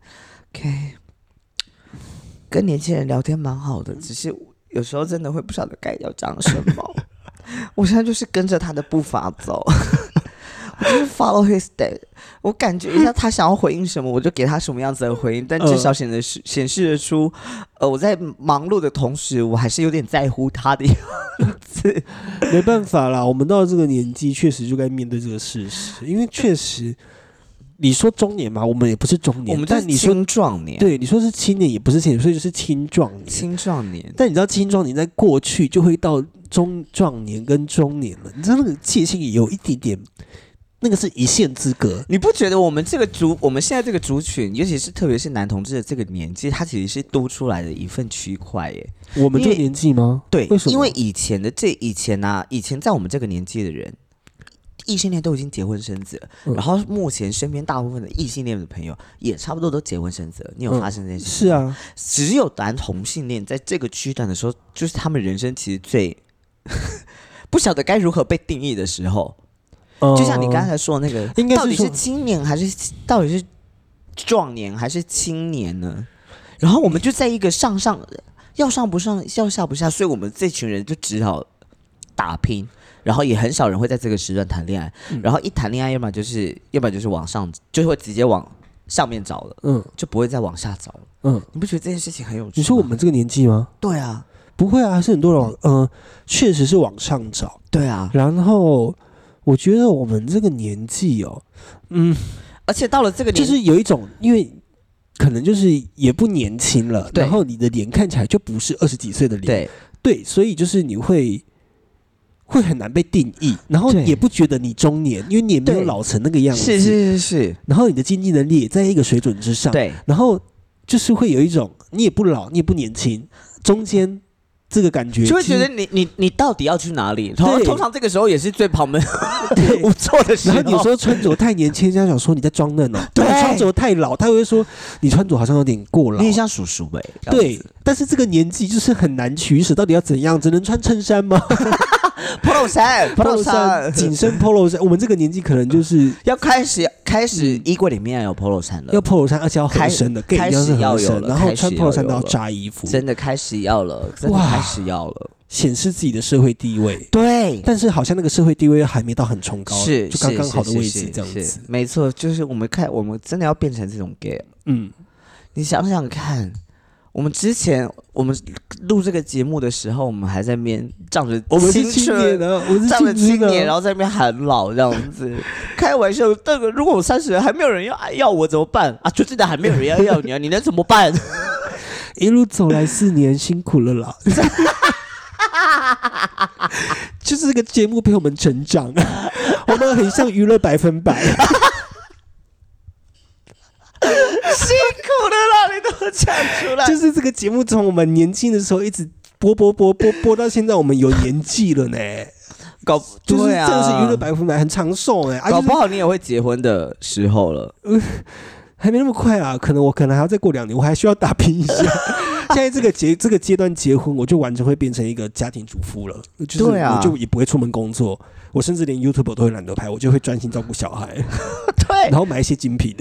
[SPEAKER 1] ，OK，跟年轻人聊天蛮好
[SPEAKER 2] 嗯
[SPEAKER 1] 的，只是有时候真的会不晓得该要讲什么。 [LAUGHS] 我现在就是跟着他的步伐走， [LAUGHS] 我就是 follow his step。我感觉一下他想要回应什么，我就给他什么样子的回应，但至
[SPEAKER 2] 嗯
[SPEAKER 1] 少显得是显示得出，呃，我在忙碌的同时，我还是有点在乎他的样子。
[SPEAKER 2] 没办法啦，我们到这个年纪，确实就该面对这个事实，因为确实，你说中年嘛，我们也不是中
[SPEAKER 1] 我
[SPEAKER 2] 年，
[SPEAKER 1] 们就是
[SPEAKER 2] 但你说
[SPEAKER 1] 青壮年，
[SPEAKER 2] 对，你说是青年，也不是青年，所以就是青壮年。
[SPEAKER 1] 青壮年，
[SPEAKER 2] 但你知道青壮年在过去就会到中壮年跟中年了，你知道那个界限也有一点点，那个是一线之隔。
[SPEAKER 1] 你不觉得我们这个族，我们现在这个族群，尤其是特别是男同志的这个年纪，它其实是多出来的一份区块耶。
[SPEAKER 2] 我们这个
[SPEAKER 1] 因为
[SPEAKER 2] 年纪吗？
[SPEAKER 1] 对，
[SPEAKER 2] 为什么？
[SPEAKER 1] 因为以前的这以前啊，以前在我们这个年纪的人，异性恋都已经结婚生子了，
[SPEAKER 2] 嗯
[SPEAKER 1] 然后目前身边大部分的异性恋的朋友也差不多都结婚生子了。你有
[SPEAKER 2] 嗯
[SPEAKER 1] 发生这件事？
[SPEAKER 2] 是，啊，
[SPEAKER 1] 只有男同性恋在这个区段的时候，就是他们人生其实最 [LAUGHS] 不晓得该如何被定义的时候。就像你
[SPEAKER 2] 呃
[SPEAKER 1] 刚才说的那个，
[SPEAKER 2] 嗯应该是
[SPEAKER 1] 到底
[SPEAKER 2] 说
[SPEAKER 1] 是青年还是到底是壮年还是青年呢？然后我们就在一个上上要上不上要下不下，所以我们这群人就只好打拼。然后也很少人会在这个时段谈恋爱，
[SPEAKER 2] 嗯
[SPEAKER 1] 然后一谈恋爱，要么就是要么就是往上，就会直接往上面找了，
[SPEAKER 2] 嗯
[SPEAKER 1] 就不会再往下找了。
[SPEAKER 2] 嗯，
[SPEAKER 1] 你不觉得这件事情很有趣吗？
[SPEAKER 2] 你说我们这个年纪吗？
[SPEAKER 1] 对啊，
[SPEAKER 2] 不会啊，还是很多人往，嗯、确实是往上找。
[SPEAKER 1] 对啊，
[SPEAKER 2] 然后我觉得我们这个年纪哦，嗯，
[SPEAKER 1] 而且到了这个年，
[SPEAKER 2] 就是有一种，因为可能就是也不年轻了，
[SPEAKER 1] 对
[SPEAKER 2] 然后你的脸看起来就不是二十几岁的脸，
[SPEAKER 1] 对
[SPEAKER 2] 对，所以就是你会。会很难被定义，然后
[SPEAKER 1] 对
[SPEAKER 2] 也不觉得你中年，因为你也没有
[SPEAKER 1] 对
[SPEAKER 2] 老成那个样子，
[SPEAKER 1] 是是是是，
[SPEAKER 2] 然后你的经济能力也在一个水准之上，，
[SPEAKER 1] 对
[SPEAKER 2] 然后就是会有一种你也不老，你也不年轻，中间这个感觉
[SPEAKER 1] 就会
[SPEAKER 2] 其
[SPEAKER 1] 觉
[SPEAKER 2] 实
[SPEAKER 1] 得你你你到底要去哪里？然后
[SPEAKER 2] 对
[SPEAKER 1] 通常这个时候也是最旁门 [LAUGHS]
[SPEAKER 2] 对
[SPEAKER 1] 无措的时
[SPEAKER 2] 然
[SPEAKER 1] 候。
[SPEAKER 2] 后你有时候穿着太年轻，人家想说你在装嫩哦；
[SPEAKER 1] 啊 [LAUGHS] 对
[SPEAKER 2] 你穿着太老，他会说你穿着好像有点过老
[SPEAKER 1] 你。很像叔叔呗，这样
[SPEAKER 2] 对
[SPEAKER 1] 子，
[SPEAKER 2] 但是这个年纪就是很难取舍，到底要怎样？只能穿衬衫吗
[SPEAKER 1] ，polo 衫，polo 衫，
[SPEAKER 2] 紧身 polo 衫，我们这个年纪可
[SPEAKER 1] [LAUGHS]
[SPEAKER 2] 能就是
[SPEAKER 1] 要开始开始衣柜里面要有 polo 衫了
[SPEAKER 2] 嗯要，polo 衫，而且要合
[SPEAKER 1] 开
[SPEAKER 2] 身的，更
[SPEAKER 1] 开
[SPEAKER 2] 一定
[SPEAKER 1] 始
[SPEAKER 2] 是
[SPEAKER 1] 要
[SPEAKER 2] 合
[SPEAKER 1] 有
[SPEAKER 2] 身，
[SPEAKER 1] 了
[SPEAKER 2] 然后
[SPEAKER 1] 开始
[SPEAKER 2] 穿
[SPEAKER 1] 要
[SPEAKER 2] polo 衫都要
[SPEAKER 1] 有了
[SPEAKER 2] 扎衣服，
[SPEAKER 1] 真的开始要了，真的
[SPEAKER 2] 哇
[SPEAKER 1] 开始要了，
[SPEAKER 2] 显示自己的社会地位。
[SPEAKER 1] 对。
[SPEAKER 2] 但是好像那个社会地位还没到很崇高，
[SPEAKER 1] 是，
[SPEAKER 2] 就刚
[SPEAKER 1] 是
[SPEAKER 2] 刚
[SPEAKER 1] 是
[SPEAKER 2] 好的
[SPEAKER 1] 是
[SPEAKER 2] 位
[SPEAKER 1] 是
[SPEAKER 2] 置这样
[SPEAKER 1] 是
[SPEAKER 2] 子。
[SPEAKER 1] 没错，就是我们看，我们真的要变成这种 gay 了
[SPEAKER 2] 嗯，
[SPEAKER 1] 你想想看，我们之前我们录这个节目的时候，我们还在那边仗着
[SPEAKER 2] 我们是
[SPEAKER 1] 青
[SPEAKER 2] 青
[SPEAKER 1] 春
[SPEAKER 2] 年的，我们
[SPEAKER 1] 仗着
[SPEAKER 2] 是
[SPEAKER 1] 青
[SPEAKER 2] 青
[SPEAKER 1] 年，
[SPEAKER 2] 年
[SPEAKER 1] 然
[SPEAKER 2] 啊的，
[SPEAKER 1] 后在那边喊老这样子， [LAUGHS] 开玩笑。这个如果我三十还没有人要要我怎么办啊？就真的还没有人要要你啊，你能怎么办？
[SPEAKER 2] 一路走来四年，辛苦
[SPEAKER 1] [LAUGHS]
[SPEAKER 2] 了啦。就是这个节目陪我们成
[SPEAKER 1] [LAUGHS]
[SPEAKER 2] 长，我们很像娱乐百分百。
[SPEAKER 1] 辛苦了啦，你都讲出 [LAUGHS] 来，
[SPEAKER 2] 就是这个节目从我们年轻的时候一直播播播播播到现在，我们有年纪了呢。
[SPEAKER 1] 搞
[SPEAKER 2] 就是
[SPEAKER 1] 对
[SPEAKER 2] 真
[SPEAKER 1] 啊，
[SPEAKER 2] 的是娱乐百分百，很长寿哎、啊，
[SPEAKER 1] 搞
[SPEAKER 2] 就
[SPEAKER 1] 不
[SPEAKER 2] 是
[SPEAKER 1] 好你也会结婚的时候了。
[SPEAKER 2] 还没那么快啊，可能我可能还要再过两年，我还需要打拼
[SPEAKER 1] [LAUGHS]
[SPEAKER 2] 一下。现在这个结这个阶段结婚，我就完全会变成一个家庭主妇了，就是
[SPEAKER 1] 对啊
[SPEAKER 2] 我就也不会出门工作，我甚至连 YouTube 都会懒得拍，我就会专心照顾小孩，
[SPEAKER 1] 对
[SPEAKER 2] 然，后买一些精品，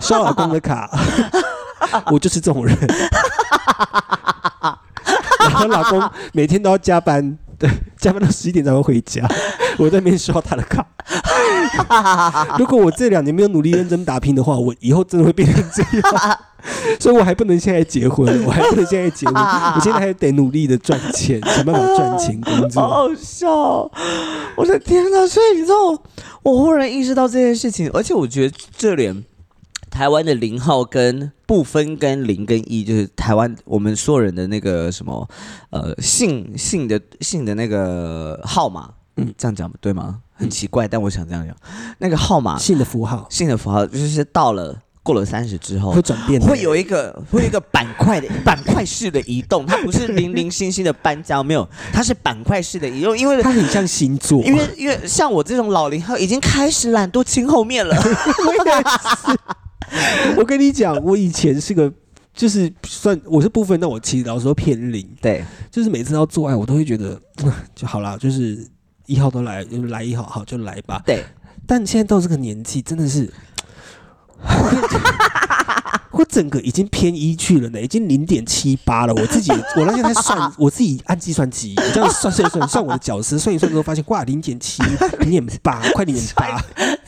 [SPEAKER 2] 刷老公的卡，我就是这种人。然后老公每天都要加班，对，加班到十一点才会回家，我在那边刷他的卡。 [LAUGHS] 如果我这两年没有努力认真打拼的话，我以后真的会变成这样。 [LAUGHS] 所以我还不能现在结婚，我还不能现在结婚，我现在还得努力的赚钱，想办法赚钱工
[SPEAKER 1] 好
[SPEAKER 2] 作。
[SPEAKER 1] 好笑哦、我的天哪！所以你知道，我忽然意识到这件事情，而且我觉得这连台湾的零号跟不分跟零跟一，就是台湾我们所有人的那个什么呃姓姓的姓的那个号码，嗯，这样讲对吗？很奇怪，但我想这样讲，那个号码
[SPEAKER 2] 性的符号
[SPEAKER 1] 姓的符号，就是到了过了三十之后
[SPEAKER 2] 会。转变的，
[SPEAKER 1] 会有一个会有一个板块的 [LAUGHS] 板块式的移动，它不是零零星星的搬家，没有，它是板块式的移动，因为
[SPEAKER 2] [LAUGHS] 它很像星座，
[SPEAKER 1] 因为因为像我这种老零后已经开始懒惰清后面
[SPEAKER 2] [LAUGHS]
[SPEAKER 1] 了，
[SPEAKER 2] [LAUGHS] 我跟你讲，我以前是个，就是算我是部分，但我其实老实说偏零，
[SPEAKER 1] 对，
[SPEAKER 2] 就是每次要做爱，我都会觉得 [SIGHS] 就好啦，就是一号都来，就来一号，好就来吧。
[SPEAKER 1] 对，
[SPEAKER 2] 但现在到这个年纪，真的是。我整个已经偏一去了呢，已经零点七八了。我自己，我那天在
[SPEAKER 1] [LAUGHS]
[SPEAKER 2] 算，我自己按计算机，我这样算算算算我的角色，算一算之后发现，哇，零点七，零点八，快零点八，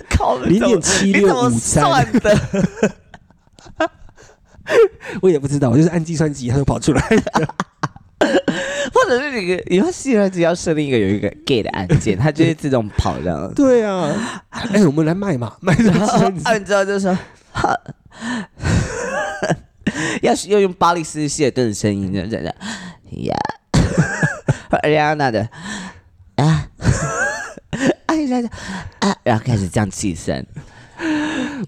[SPEAKER 1] 靠
[SPEAKER 2] 零点七
[SPEAKER 1] 你怎
[SPEAKER 2] 六
[SPEAKER 1] 么
[SPEAKER 2] 五三，
[SPEAKER 1] 算的？ [LAUGHS]
[SPEAKER 2] 我也不知道，我就是按计算机，它就跑出来。
[SPEAKER 1] 或者是你以后信任只要设定一个有一个 gay 的按键，它就会自动跑这样。
[SPEAKER 2] 对啊，哎、我们来卖嘛，卖这个
[SPEAKER 1] 然
[SPEAKER 2] 计
[SPEAKER 1] 后 [LAUGHS]
[SPEAKER 2] 算机
[SPEAKER 1] 按照就说，哈要是要 [LAUGHS] 用巴黎斯谢顿的声音，这样这样，呀， [LAUGHS] 瑞安娜的啊，哎呀啊，然后开始这样气声。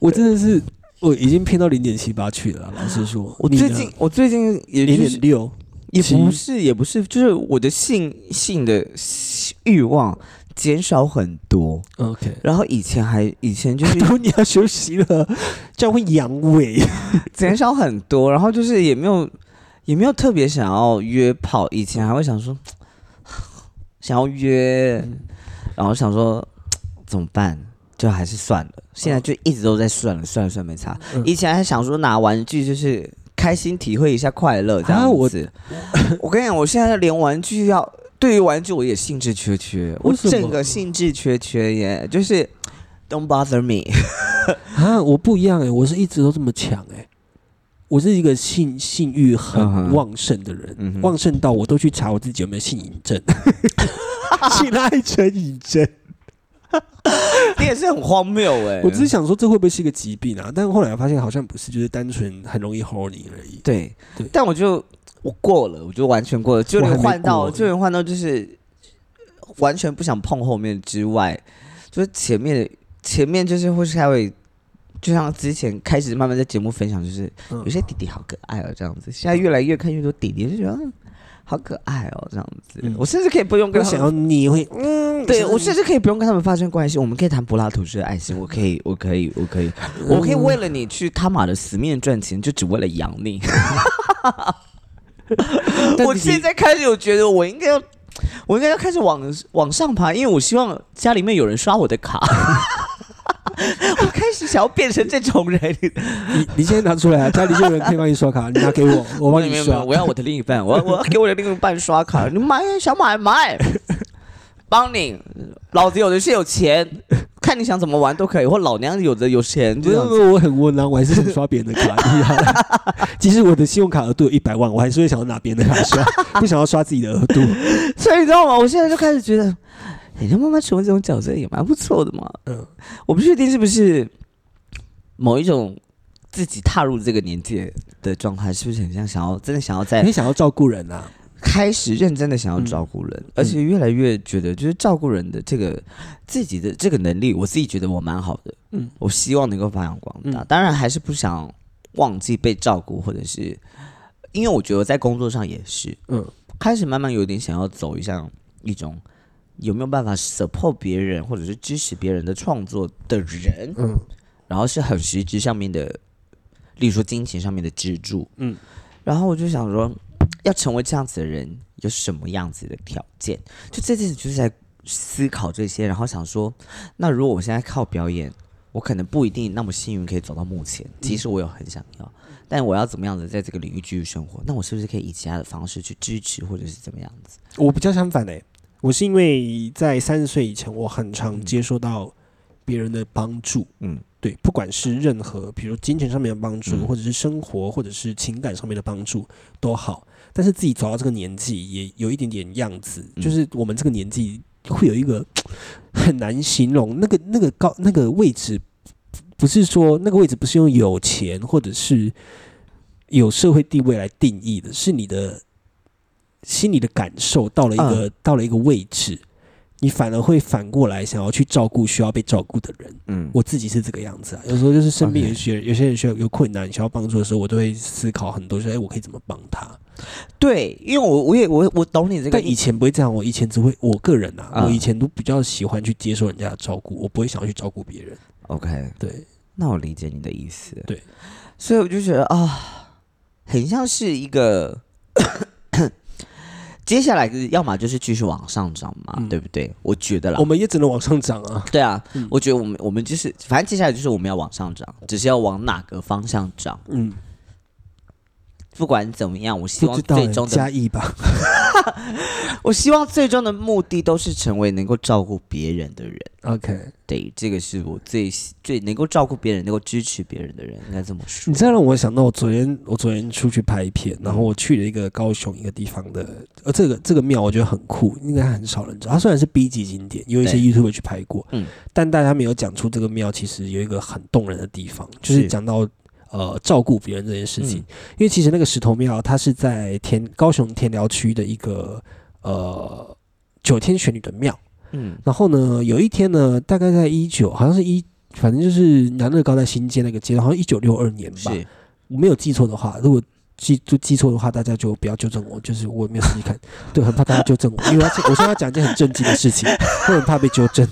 [SPEAKER 2] 我真的是，我已经骗到零点七八去了。老实说，
[SPEAKER 1] 我最近我最近也
[SPEAKER 2] 零
[SPEAKER 1] 就是
[SPEAKER 2] 点六，
[SPEAKER 1] 也
[SPEAKER 2] 其
[SPEAKER 1] 不是，也不是，就是我的性性的欲望减少很多。
[SPEAKER 2] OK， [LAUGHS]
[SPEAKER 1] 然后以前还以前 [LAUGHS] 就是
[SPEAKER 2] 然后你要休息了，这样会阳痿。
[SPEAKER 1] 减少很多，然后就是也没有也没有特别想要约炮。以前还会想说想要约，
[SPEAKER 2] 嗯
[SPEAKER 1] 然后想说怎么办，就还是算了。现在就一直都在算了，算了算了没差。
[SPEAKER 2] 嗯
[SPEAKER 1] 以前还想说拿玩具就是开心体会一下快乐这
[SPEAKER 2] 啊
[SPEAKER 1] 样
[SPEAKER 2] 我 [LAUGHS]
[SPEAKER 1] 子。我跟你讲，我现在连玩具要对于玩具我也兴致缺缺，我
[SPEAKER 2] 为什么
[SPEAKER 1] 整个兴致缺缺耶，就是 don't bother me。
[SPEAKER 2] [LAUGHS] 啊，我不一样哎、我是一直都这么强哎、我是一个性性
[SPEAKER 1] 嗯
[SPEAKER 2] 欲
[SPEAKER 1] 哼
[SPEAKER 2] 很旺盛的人，
[SPEAKER 1] 嗯哼
[SPEAKER 2] 旺盛到我都去查我自己有没有性瘾症， [LAUGHS] 性爱成瘾症。
[SPEAKER 1] 你也是很荒谬哎，
[SPEAKER 2] 我只是想说这会不会是一个疾病啊？但后来发现好像不是，就是单纯很容易 horny 而已。
[SPEAKER 1] 对，
[SPEAKER 2] 对
[SPEAKER 1] 但我就我过了，我就完全过了，就
[SPEAKER 2] 我还
[SPEAKER 1] 连
[SPEAKER 2] 没
[SPEAKER 1] 换到
[SPEAKER 2] 过
[SPEAKER 1] 就连换到就是完全不想碰后面之外，就是前面的前面就是会稍微。就像之前开始慢慢在节目分享，就是
[SPEAKER 2] 嗯
[SPEAKER 1] 有些弟弟好可爱哦，这样子。现在越来越看越多弟弟，就觉得嗯好可爱哦，这样子。
[SPEAKER 2] 嗯
[SPEAKER 1] 我甚至可以不用跟
[SPEAKER 2] 我
[SPEAKER 1] 他
[SPEAKER 2] 想
[SPEAKER 1] 们，
[SPEAKER 2] 要你会，嗯，
[SPEAKER 1] 对我甚至可以不用跟他们发生关系，我们可以谈柏拉图式的爱情，我可以，我可以，我可以，
[SPEAKER 2] 嗯
[SPEAKER 1] 我可以为了你去他妈的死命赚钱，就只为了养你。
[SPEAKER 2] 但
[SPEAKER 1] 嗯 [LAUGHS] 我
[SPEAKER 2] 弟弟
[SPEAKER 1] 现在开始，我觉得我应该要，我应该要开始往往上爬，因为我希望家里面有人刷我的卡。 [LAUGHS] 我开始想要变成这种人，
[SPEAKER 2] 你你现在拿出来啊，家里就有人可以帮你刷卡，你拿给我，我帮
[SPEAKER 1] 没有
[SPEAKER 2] 你
[SPEAKER 1] 没有没有
[SPEAKER 2] 刷。
[SPEAKER 1] 我要我的另一半，我要我要给我的另一半刷卡，你买想买买，帮你，老子有的是有钱，看你想怎么玩都可以，或老娘有的有钱
[SPEAKER 2] 没
[SPEAKER 1] 这
[SPEAKER 2] 有
[SPEAKER 1] 样
[SPEAKER 2] 没
[SPEAKER 1] 子。
[SPEAKER 2] 有，我很窝囊，我还是想刷别人的卡。一样 [LAUGHS] 即使我的信用卡额度有一百万，我还是会想要拿别人的卡刷，不想要刷自己的额度。
[SPEAKER 1] 所以你知道吗？我现在就开始觉得，人家慢慢成为这种角色也蛮不错的嘛。嗯，我不确定是不是某一种自己踏入这个年纪的状态，是不是很像想要真的想要在
[SPEAKER 2] 你想要照顾人啊？
[SPEAKER 1] 开始认真的想
[SPEAKER 2] 嗯
[SPEAKER 1] 要照顾人，而且越来越觉得就是照顾人的这个自己的这个能力，我自己觉得我蛮好的。
[SPEAKER 2] 嗯，
[SPEAKER 1] 我希望能够发扬光大，
[SPEAKER 2] 嗯
[SPEAKER 1] 当然还是不想忘记被照顾，或者是因为我觉得我在工作上也是，
[SPEAKER 2] 嗯，
[SPEAKER 1] 开始慢慢有点想要走一向一种有没有办法 support 别人或者是支持别人的创作的人，
[SPEAKER 2] 嗯，
[SPEAKER 1] 然后是很实质上面的，例如说金钱上面的支柱，
[SPEAKER 2] 嗯，
[SPEAKER 1] 然后我就想说，要成为这样子的人，有什么样子的条件？就这阵子就是在思考这些，然后想说，那如果我现在靠表演，我可能不一定那么幸运可以走到目前，其实我有很想要，但我要怎么样子在这个领域继续生活？那我是不是可以以其他的方式去支持，或者是怎么样子？
[SPEAKER 2] 我比较相反嘞、我是因为在三十岁以前，我很常接受到别人的帮助，
[SPEAKER 1] 嗯，
[SPEAKER 2] 对，不管是任何，比如金钱上面的帮助，
[SPEAKER 1] 嗯
[SPEAKER 2] 或者是生活，或者是情感上面的帮助都好。但是自己走到这个年纪，也有一点点样子，
[SPEAKER 1] 嗯
[SPEAKER 2] 就是我们这个年纪会有一个很难形容那个那个高那个位置，不是说那个位置不是用有钱或者是有社会地位来定义的，是你的心里的感受到了一
[SPEAKER 1] 嗯
[SPEAKER 2] 个、到了一个位置，你反而会反过来想要去照顾需要被照顾的人。
[SPEAKER 1] 嗯，
[SPEAKER 2] 我自己是这个样子啊，有时候就是身边
[SPEAKER 1] OK
[SPEAKER 2] 有些有些人需要有困难需要帮助的时候，我都会思考很多，说哎，我可以怎么帮他？
[SPEAKER 1] 对，因为我我也我我懂你这个
[SPEAKER 2] 但以
[SPEAKER 1] 意，
[SPEAKER 2] 前不会这样，我以前只会我个人啊，
[SPEAKER 1] 啊
[SPEAKER 2] 我以前都比较喜欢去接受人家的照顾，我不会想要去照顾别人。
[SPEAKER 1] OK，
[SPEAKER 2] 对，
[SPEAKER 1] 那我理解你的意思。
[SPEAKER 2] 对，
[SPEAKER 1] 所以我就觉得啊、很像是一个接下来要么就是继续往上涨嘛，
[SPEAKER 2] 嗯
[SPEAKER 1] 对不对？我觉得啦
[SPEAKER 2] 我，们也只能往上涨啊。
[SPEAKER 1] 对啊，我觉得我们我们就是反正接下来就是我们要往上涨，只是要往哪个方向涨，
[SPEAKER 2] 嗯，
[SPEAKER 1] 不管怎么样，我希
[SPEAKER 2] 不
[SPEAKER 1] 望
[SPEAKER 2] 知道
[SPEAKER 1] 最终的
[SPEAKER 2] 嘉义吧？
[SPEAKER 1] 我希望最终的目的都是成为能够照顾别人的人。
[SPEAKER 2] OK，
[SPEAKER 1] 对，这个是我最最能够照顾别人、能够支持别人的人，应该这么说
[SPEAKER 2] 你。这样让我想到，我昨天我昨天出去拍片，然后我去了一个高雄一个地方的，呃，这个这个庙我觉得很酷，应该很少人知道。它虽然是 B 级景点，有一些
[SPEAKER 1] 对
[SPEAKER 2] YouTube 去拍过，
[SPEAKER 1] 嗯
[SPEAKER 2] 但大家没有讲出这个庙其实有一个很动人的地方，就是
[SPEAKER 1] 是
[SPEAKER 2] 讲到呃照顾别人这件事情。
[SPEAKER 1] 嗯
[SPEAKER 2] 因为其实那个石头庙它是在田高雄田寮区的一个呃九天玄女的庙。
[SPEAKER 1] 嗯
[SPEAKER 2] 然后呢，有一天呢，大概在一九，好像是一，反正就是南乐高在新街那个街，好像一九六二年吧，
[SPEAKER 1] 是
[SPEAKER 2] 我没有记错的话，如果记就记错的话，大家就不要纠正我，就是我没有仔细看， [LAUGHS] 对，很怕大家纠正我，因为我要我说要讲一件很震惊的事情， [LAUGHS] 我很怕被纠正，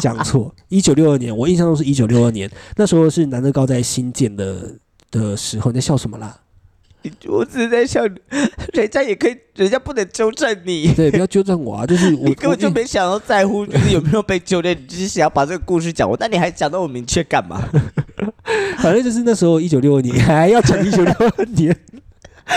[SPEAKER 2] 讲错。一九六二年，我印象中是一九六二年，那时候是南乐高在新建的的时候，你在笑什么啦？
[SPEAKER 1] 我只是在想，人家也可以，人家不能纠正你，
[SPEAKER 2] 对，不要纠正我啊，就是
[SPEAKER 1] [LAUGHS]
[SPEAKER 2] 我
[SPEAKER 1] 你根本就
[SPEAKER 2] 我
[SPEAKER 1] 没想要在 [LAUGHS] 乎，就是有没有被纠正，你只是想要把这个故事讲完，但你还讲到我明确干嘛？
[SPEAKER 2] 反正就是那时候一九六二年，还要讲一九六二年。 [LAUGHS]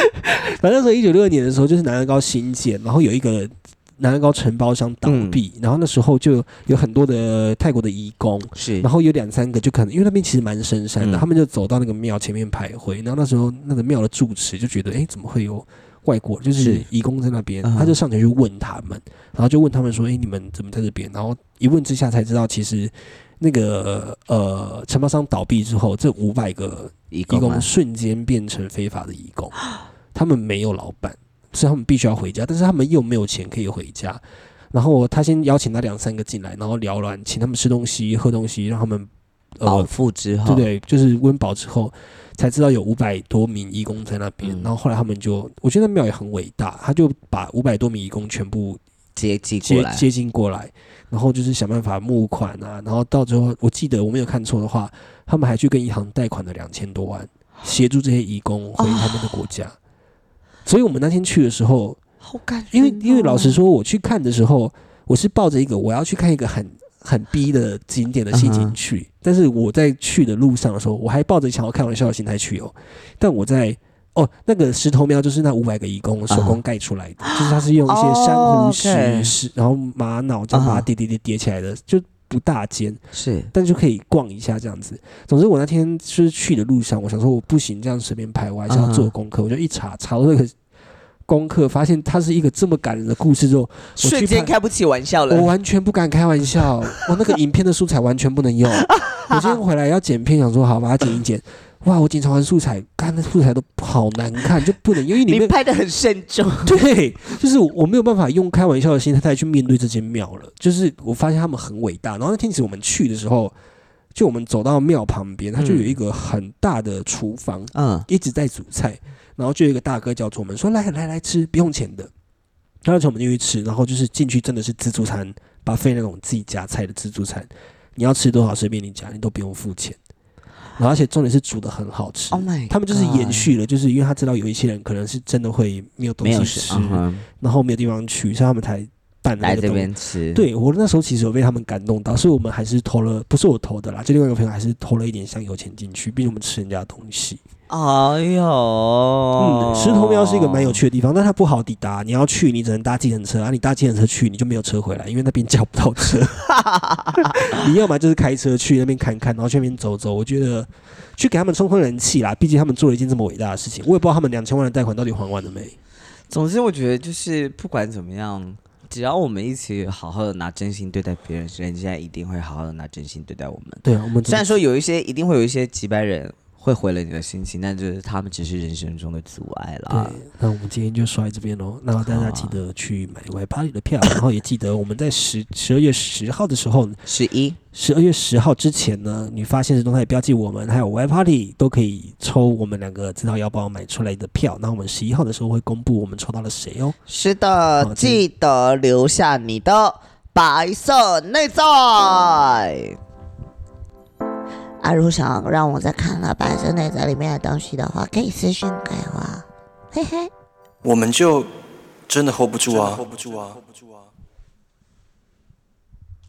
[SPEAKER 2] 反正那时候一九六二年的时候，就是南安高新建，然后有一个南安高承包商倒闭，然后那时候就有很多的泰国的移工，
[SPEAKER 1] [LAUGHS] [LAUGHS] 是
[SPEAKER 2] 然后有两三个就可能因为那边其实蛮深山
[SPEAKER 1] 嗯
[SPEAKER 2] 的，他们就走到那个庙前面徘徊，然后那时候那个庙的住持就觉得，哎，怎么会有？外国就是
[SPEAKER 1] 是
[SPEAKER 2] 移工在那边，
[SPEAKER 1] 嗯
[SPEAKER 2] 他就上前去问他们，然后就问他们说：“哎，你们怎么在这边？”然后一问之下才知道，其实那个呃承包商倒闭之后，这五百个
[SPEAKER 1] 一
[SPEAKER 2] 义
[SPEAKER 1] 个
[SPEAKER 2] 工瞬间变成非法的义
[SPEAKER 1] [GASPS]
[SPEAKER 2] 工，他们没有老板，所以他们必须要回家，但是他们又没有钱可以回家。然后他先邀请那两三个进来，然后聊完，请他们吃东西、喝东西，让他们
[SPEAKER 1] 饱
[SPEAKER 2] 呃，
[SPEAKER 1] 腹之
[SPEAKER 2] 对
[SPEAKER 1] 后，
[SPEAKER 2] 不对？就是温饱之后，才知道有五百多名义工在那边。
[SPEAKER 1] 嗯
[SPEAKER 2] 然后后来他们就，我觉得那庙也很伟大，他就把五百多名义工全部
[SPEAKER 1] 接济过
[SPEAKER 2] 接
[SPEAKER 1] 来，
[SPEAKER 2] 接近过来，然后就是想办法募款啊，然后到最后，我记得我没有看错的话，他们还去跟银行贷款了两千多万，
[SPEAKER 1] 啊
[SPEAKER 2] 协助这些移工回他们的国家。所以我们那天去的时候，
[SPEAKER 1] 好感人哦
[SPEAKER 2] 因为因为老实，说，我去看的时候，我是抱着一个我要去看一个很很逼的景点的心
[SPEAKER 1] 嗯
[SPEAKER 2] 情
[SPEAKER 1] 哼
[SPEAKER 2] 去，但是我在去的路上的时候，我还抱着想要开玩笑的心态去哦。但我在哦，那个石头庙就是那五百个义工手工盖出来的，就是它是用一些珊
[SPEAKER 1] 啊哦
[SPEAKER 2] 瑚
[SPEAKER 1] ，OK
[SPEAKER 2] 石、石，然后玛瑙这样把它
[SPEAKER 1] 嗯
[SPEAKER 2] 叠叠叠叠起来的，就不大间，
[SPEAKER 1] 是
[SPEAKER 2] 但就可以逛一下这样子。总之，我那天就是去的路上，我想说我不行这样随便拍，我还
[SPEAKER 1] 啊
[SPEAKER 2] 是要做功课。我就一查查到那个功课，发现它是一个这么感人的故事之后，我
[SPEAKER 1] 瞬
[SPEAKER 2] 去
[SPEAKER 1] 间
[SPEAKER 2] 看。
[SPEAKER 1] 开不起玩笑
[SPEAKER 2] 我
[SPEAKER 1] 了。
[SPEAKER 2] 完全不敢开玩笑，我那个影片的素材完全不能用。我今天回来要剪片，想说好把它剪一剪。哇，我检查完素材，看那素材都好难看，就不能因为里
[SPEAKER 1] 你
[SPEAKER 2] 面
[SPEAKER 1] 拍的很慎重，
[SPEAKER 2] 对，就是我没有办法用开玩笑的心态去面对这间庙了。就是我发现他们很伟大。然后那天其实我们去的时候，就我们走到庙旁边，它就有一个很大的厨房，
[SPEAKER 1] [LAUGHS] 嗯，
[SPEAKER 2] 一直在煮菜。然后就有一个大哥叫住我们说：“来来来吃，不用钱的。”然后就我们进去吃，然后就是进去真的是自助餐，把费那种自己夹菜的自助餐，你要吃多少随便你夹，你都不用付钱。然后而且重点是煮的很好吃。
[SPEAKER 1] Oh my，
[SPEAKER 2] 他们就是延
[SPEAKER 1] God
[SPEAKER 2] 续了，就是因为他知道有一些人可能是真的会没有
[SPEAKER 1] 嗯
[SPEAKER 2] 东
[SPEAKER 1] 没有
[SPEAKER 2] 西
[SPEAKER 1] 是
[SPEAKER 2] 吃，
[SPEAKER 1] 嗯哼
[SPEAKER 2] 然后没有地方去，所以他们才办了
[SPEAKER 1] 来
[SPEAKER 2] 那个
[SPEAKER 1] 这
[SPEAKER 2] 东西。
[SPEAKER 1] 边吃，，
[SPEAKER 2] 对我那时候其实有被他们感动到，所以我们还是投了，不是我投的啦，就另外一个朋友还是投了一点香油钱进去，毕竟我们吃人家的东西。
[SPEAKER 1] 哎呦
[SPEAKER 2] 嗯，，石头庙是一个蛮有趣的地方，但它不好抵达，你要去你只能搭计程车，啊，你搭计程车去你就没有车回来，因为那边叫不到车。 [LAUGHS] 你要么就是开车去那边看看，然后去那边走走。我觉得去给他们充充人气啦，毕竟他们做了一件这么伟大的事情，我也不知道他们两千万的贷款到底还完了没。
[SPEAKER 1] 总之，我觉得就是不管怎么样，只要我们一起好好的拿真心对待别人，人家一定会好好的拿真心对待我们。
[SPEAKER 2] 对啊，我们
[SPEAKER 1] 虽
[SPEAKER 2] 真
[SPEAKER 1] 然
[SPEAKER 2] 的
[SPEAKER 1] 说有一些一定会有一些几百人会毁了你的心情，但就是他们只是人生中的阻碍啊啦
[SPEAKER 2] 对。，呃那我们今天就说在这边喽。那大家记得去买 Y Party 的票，然后也记得我们在十十二月十号的时候，
[SPEAKER 1] 十一
[SPEAKER 2] 十二月十号之前呢，你发现实动态标记我们还有 Y Party 都可以抽我们两个自掏腰包买出来的票。那我们十一号的时候会公布我们抽到了谁哦。
[SPEAKER 1] 是的，
[SPEAKER 2] 好
[SPEAKER 1] 记得留下你的白色内在。
[SPEAKER 2] 嗯
[SPEAKER 4] 啊，如果想要让我再看了白色内在里面的东西的话，可以私信给我，嘿嘿。
[SPEAKER 3] 我们就真的 hold 不住啊。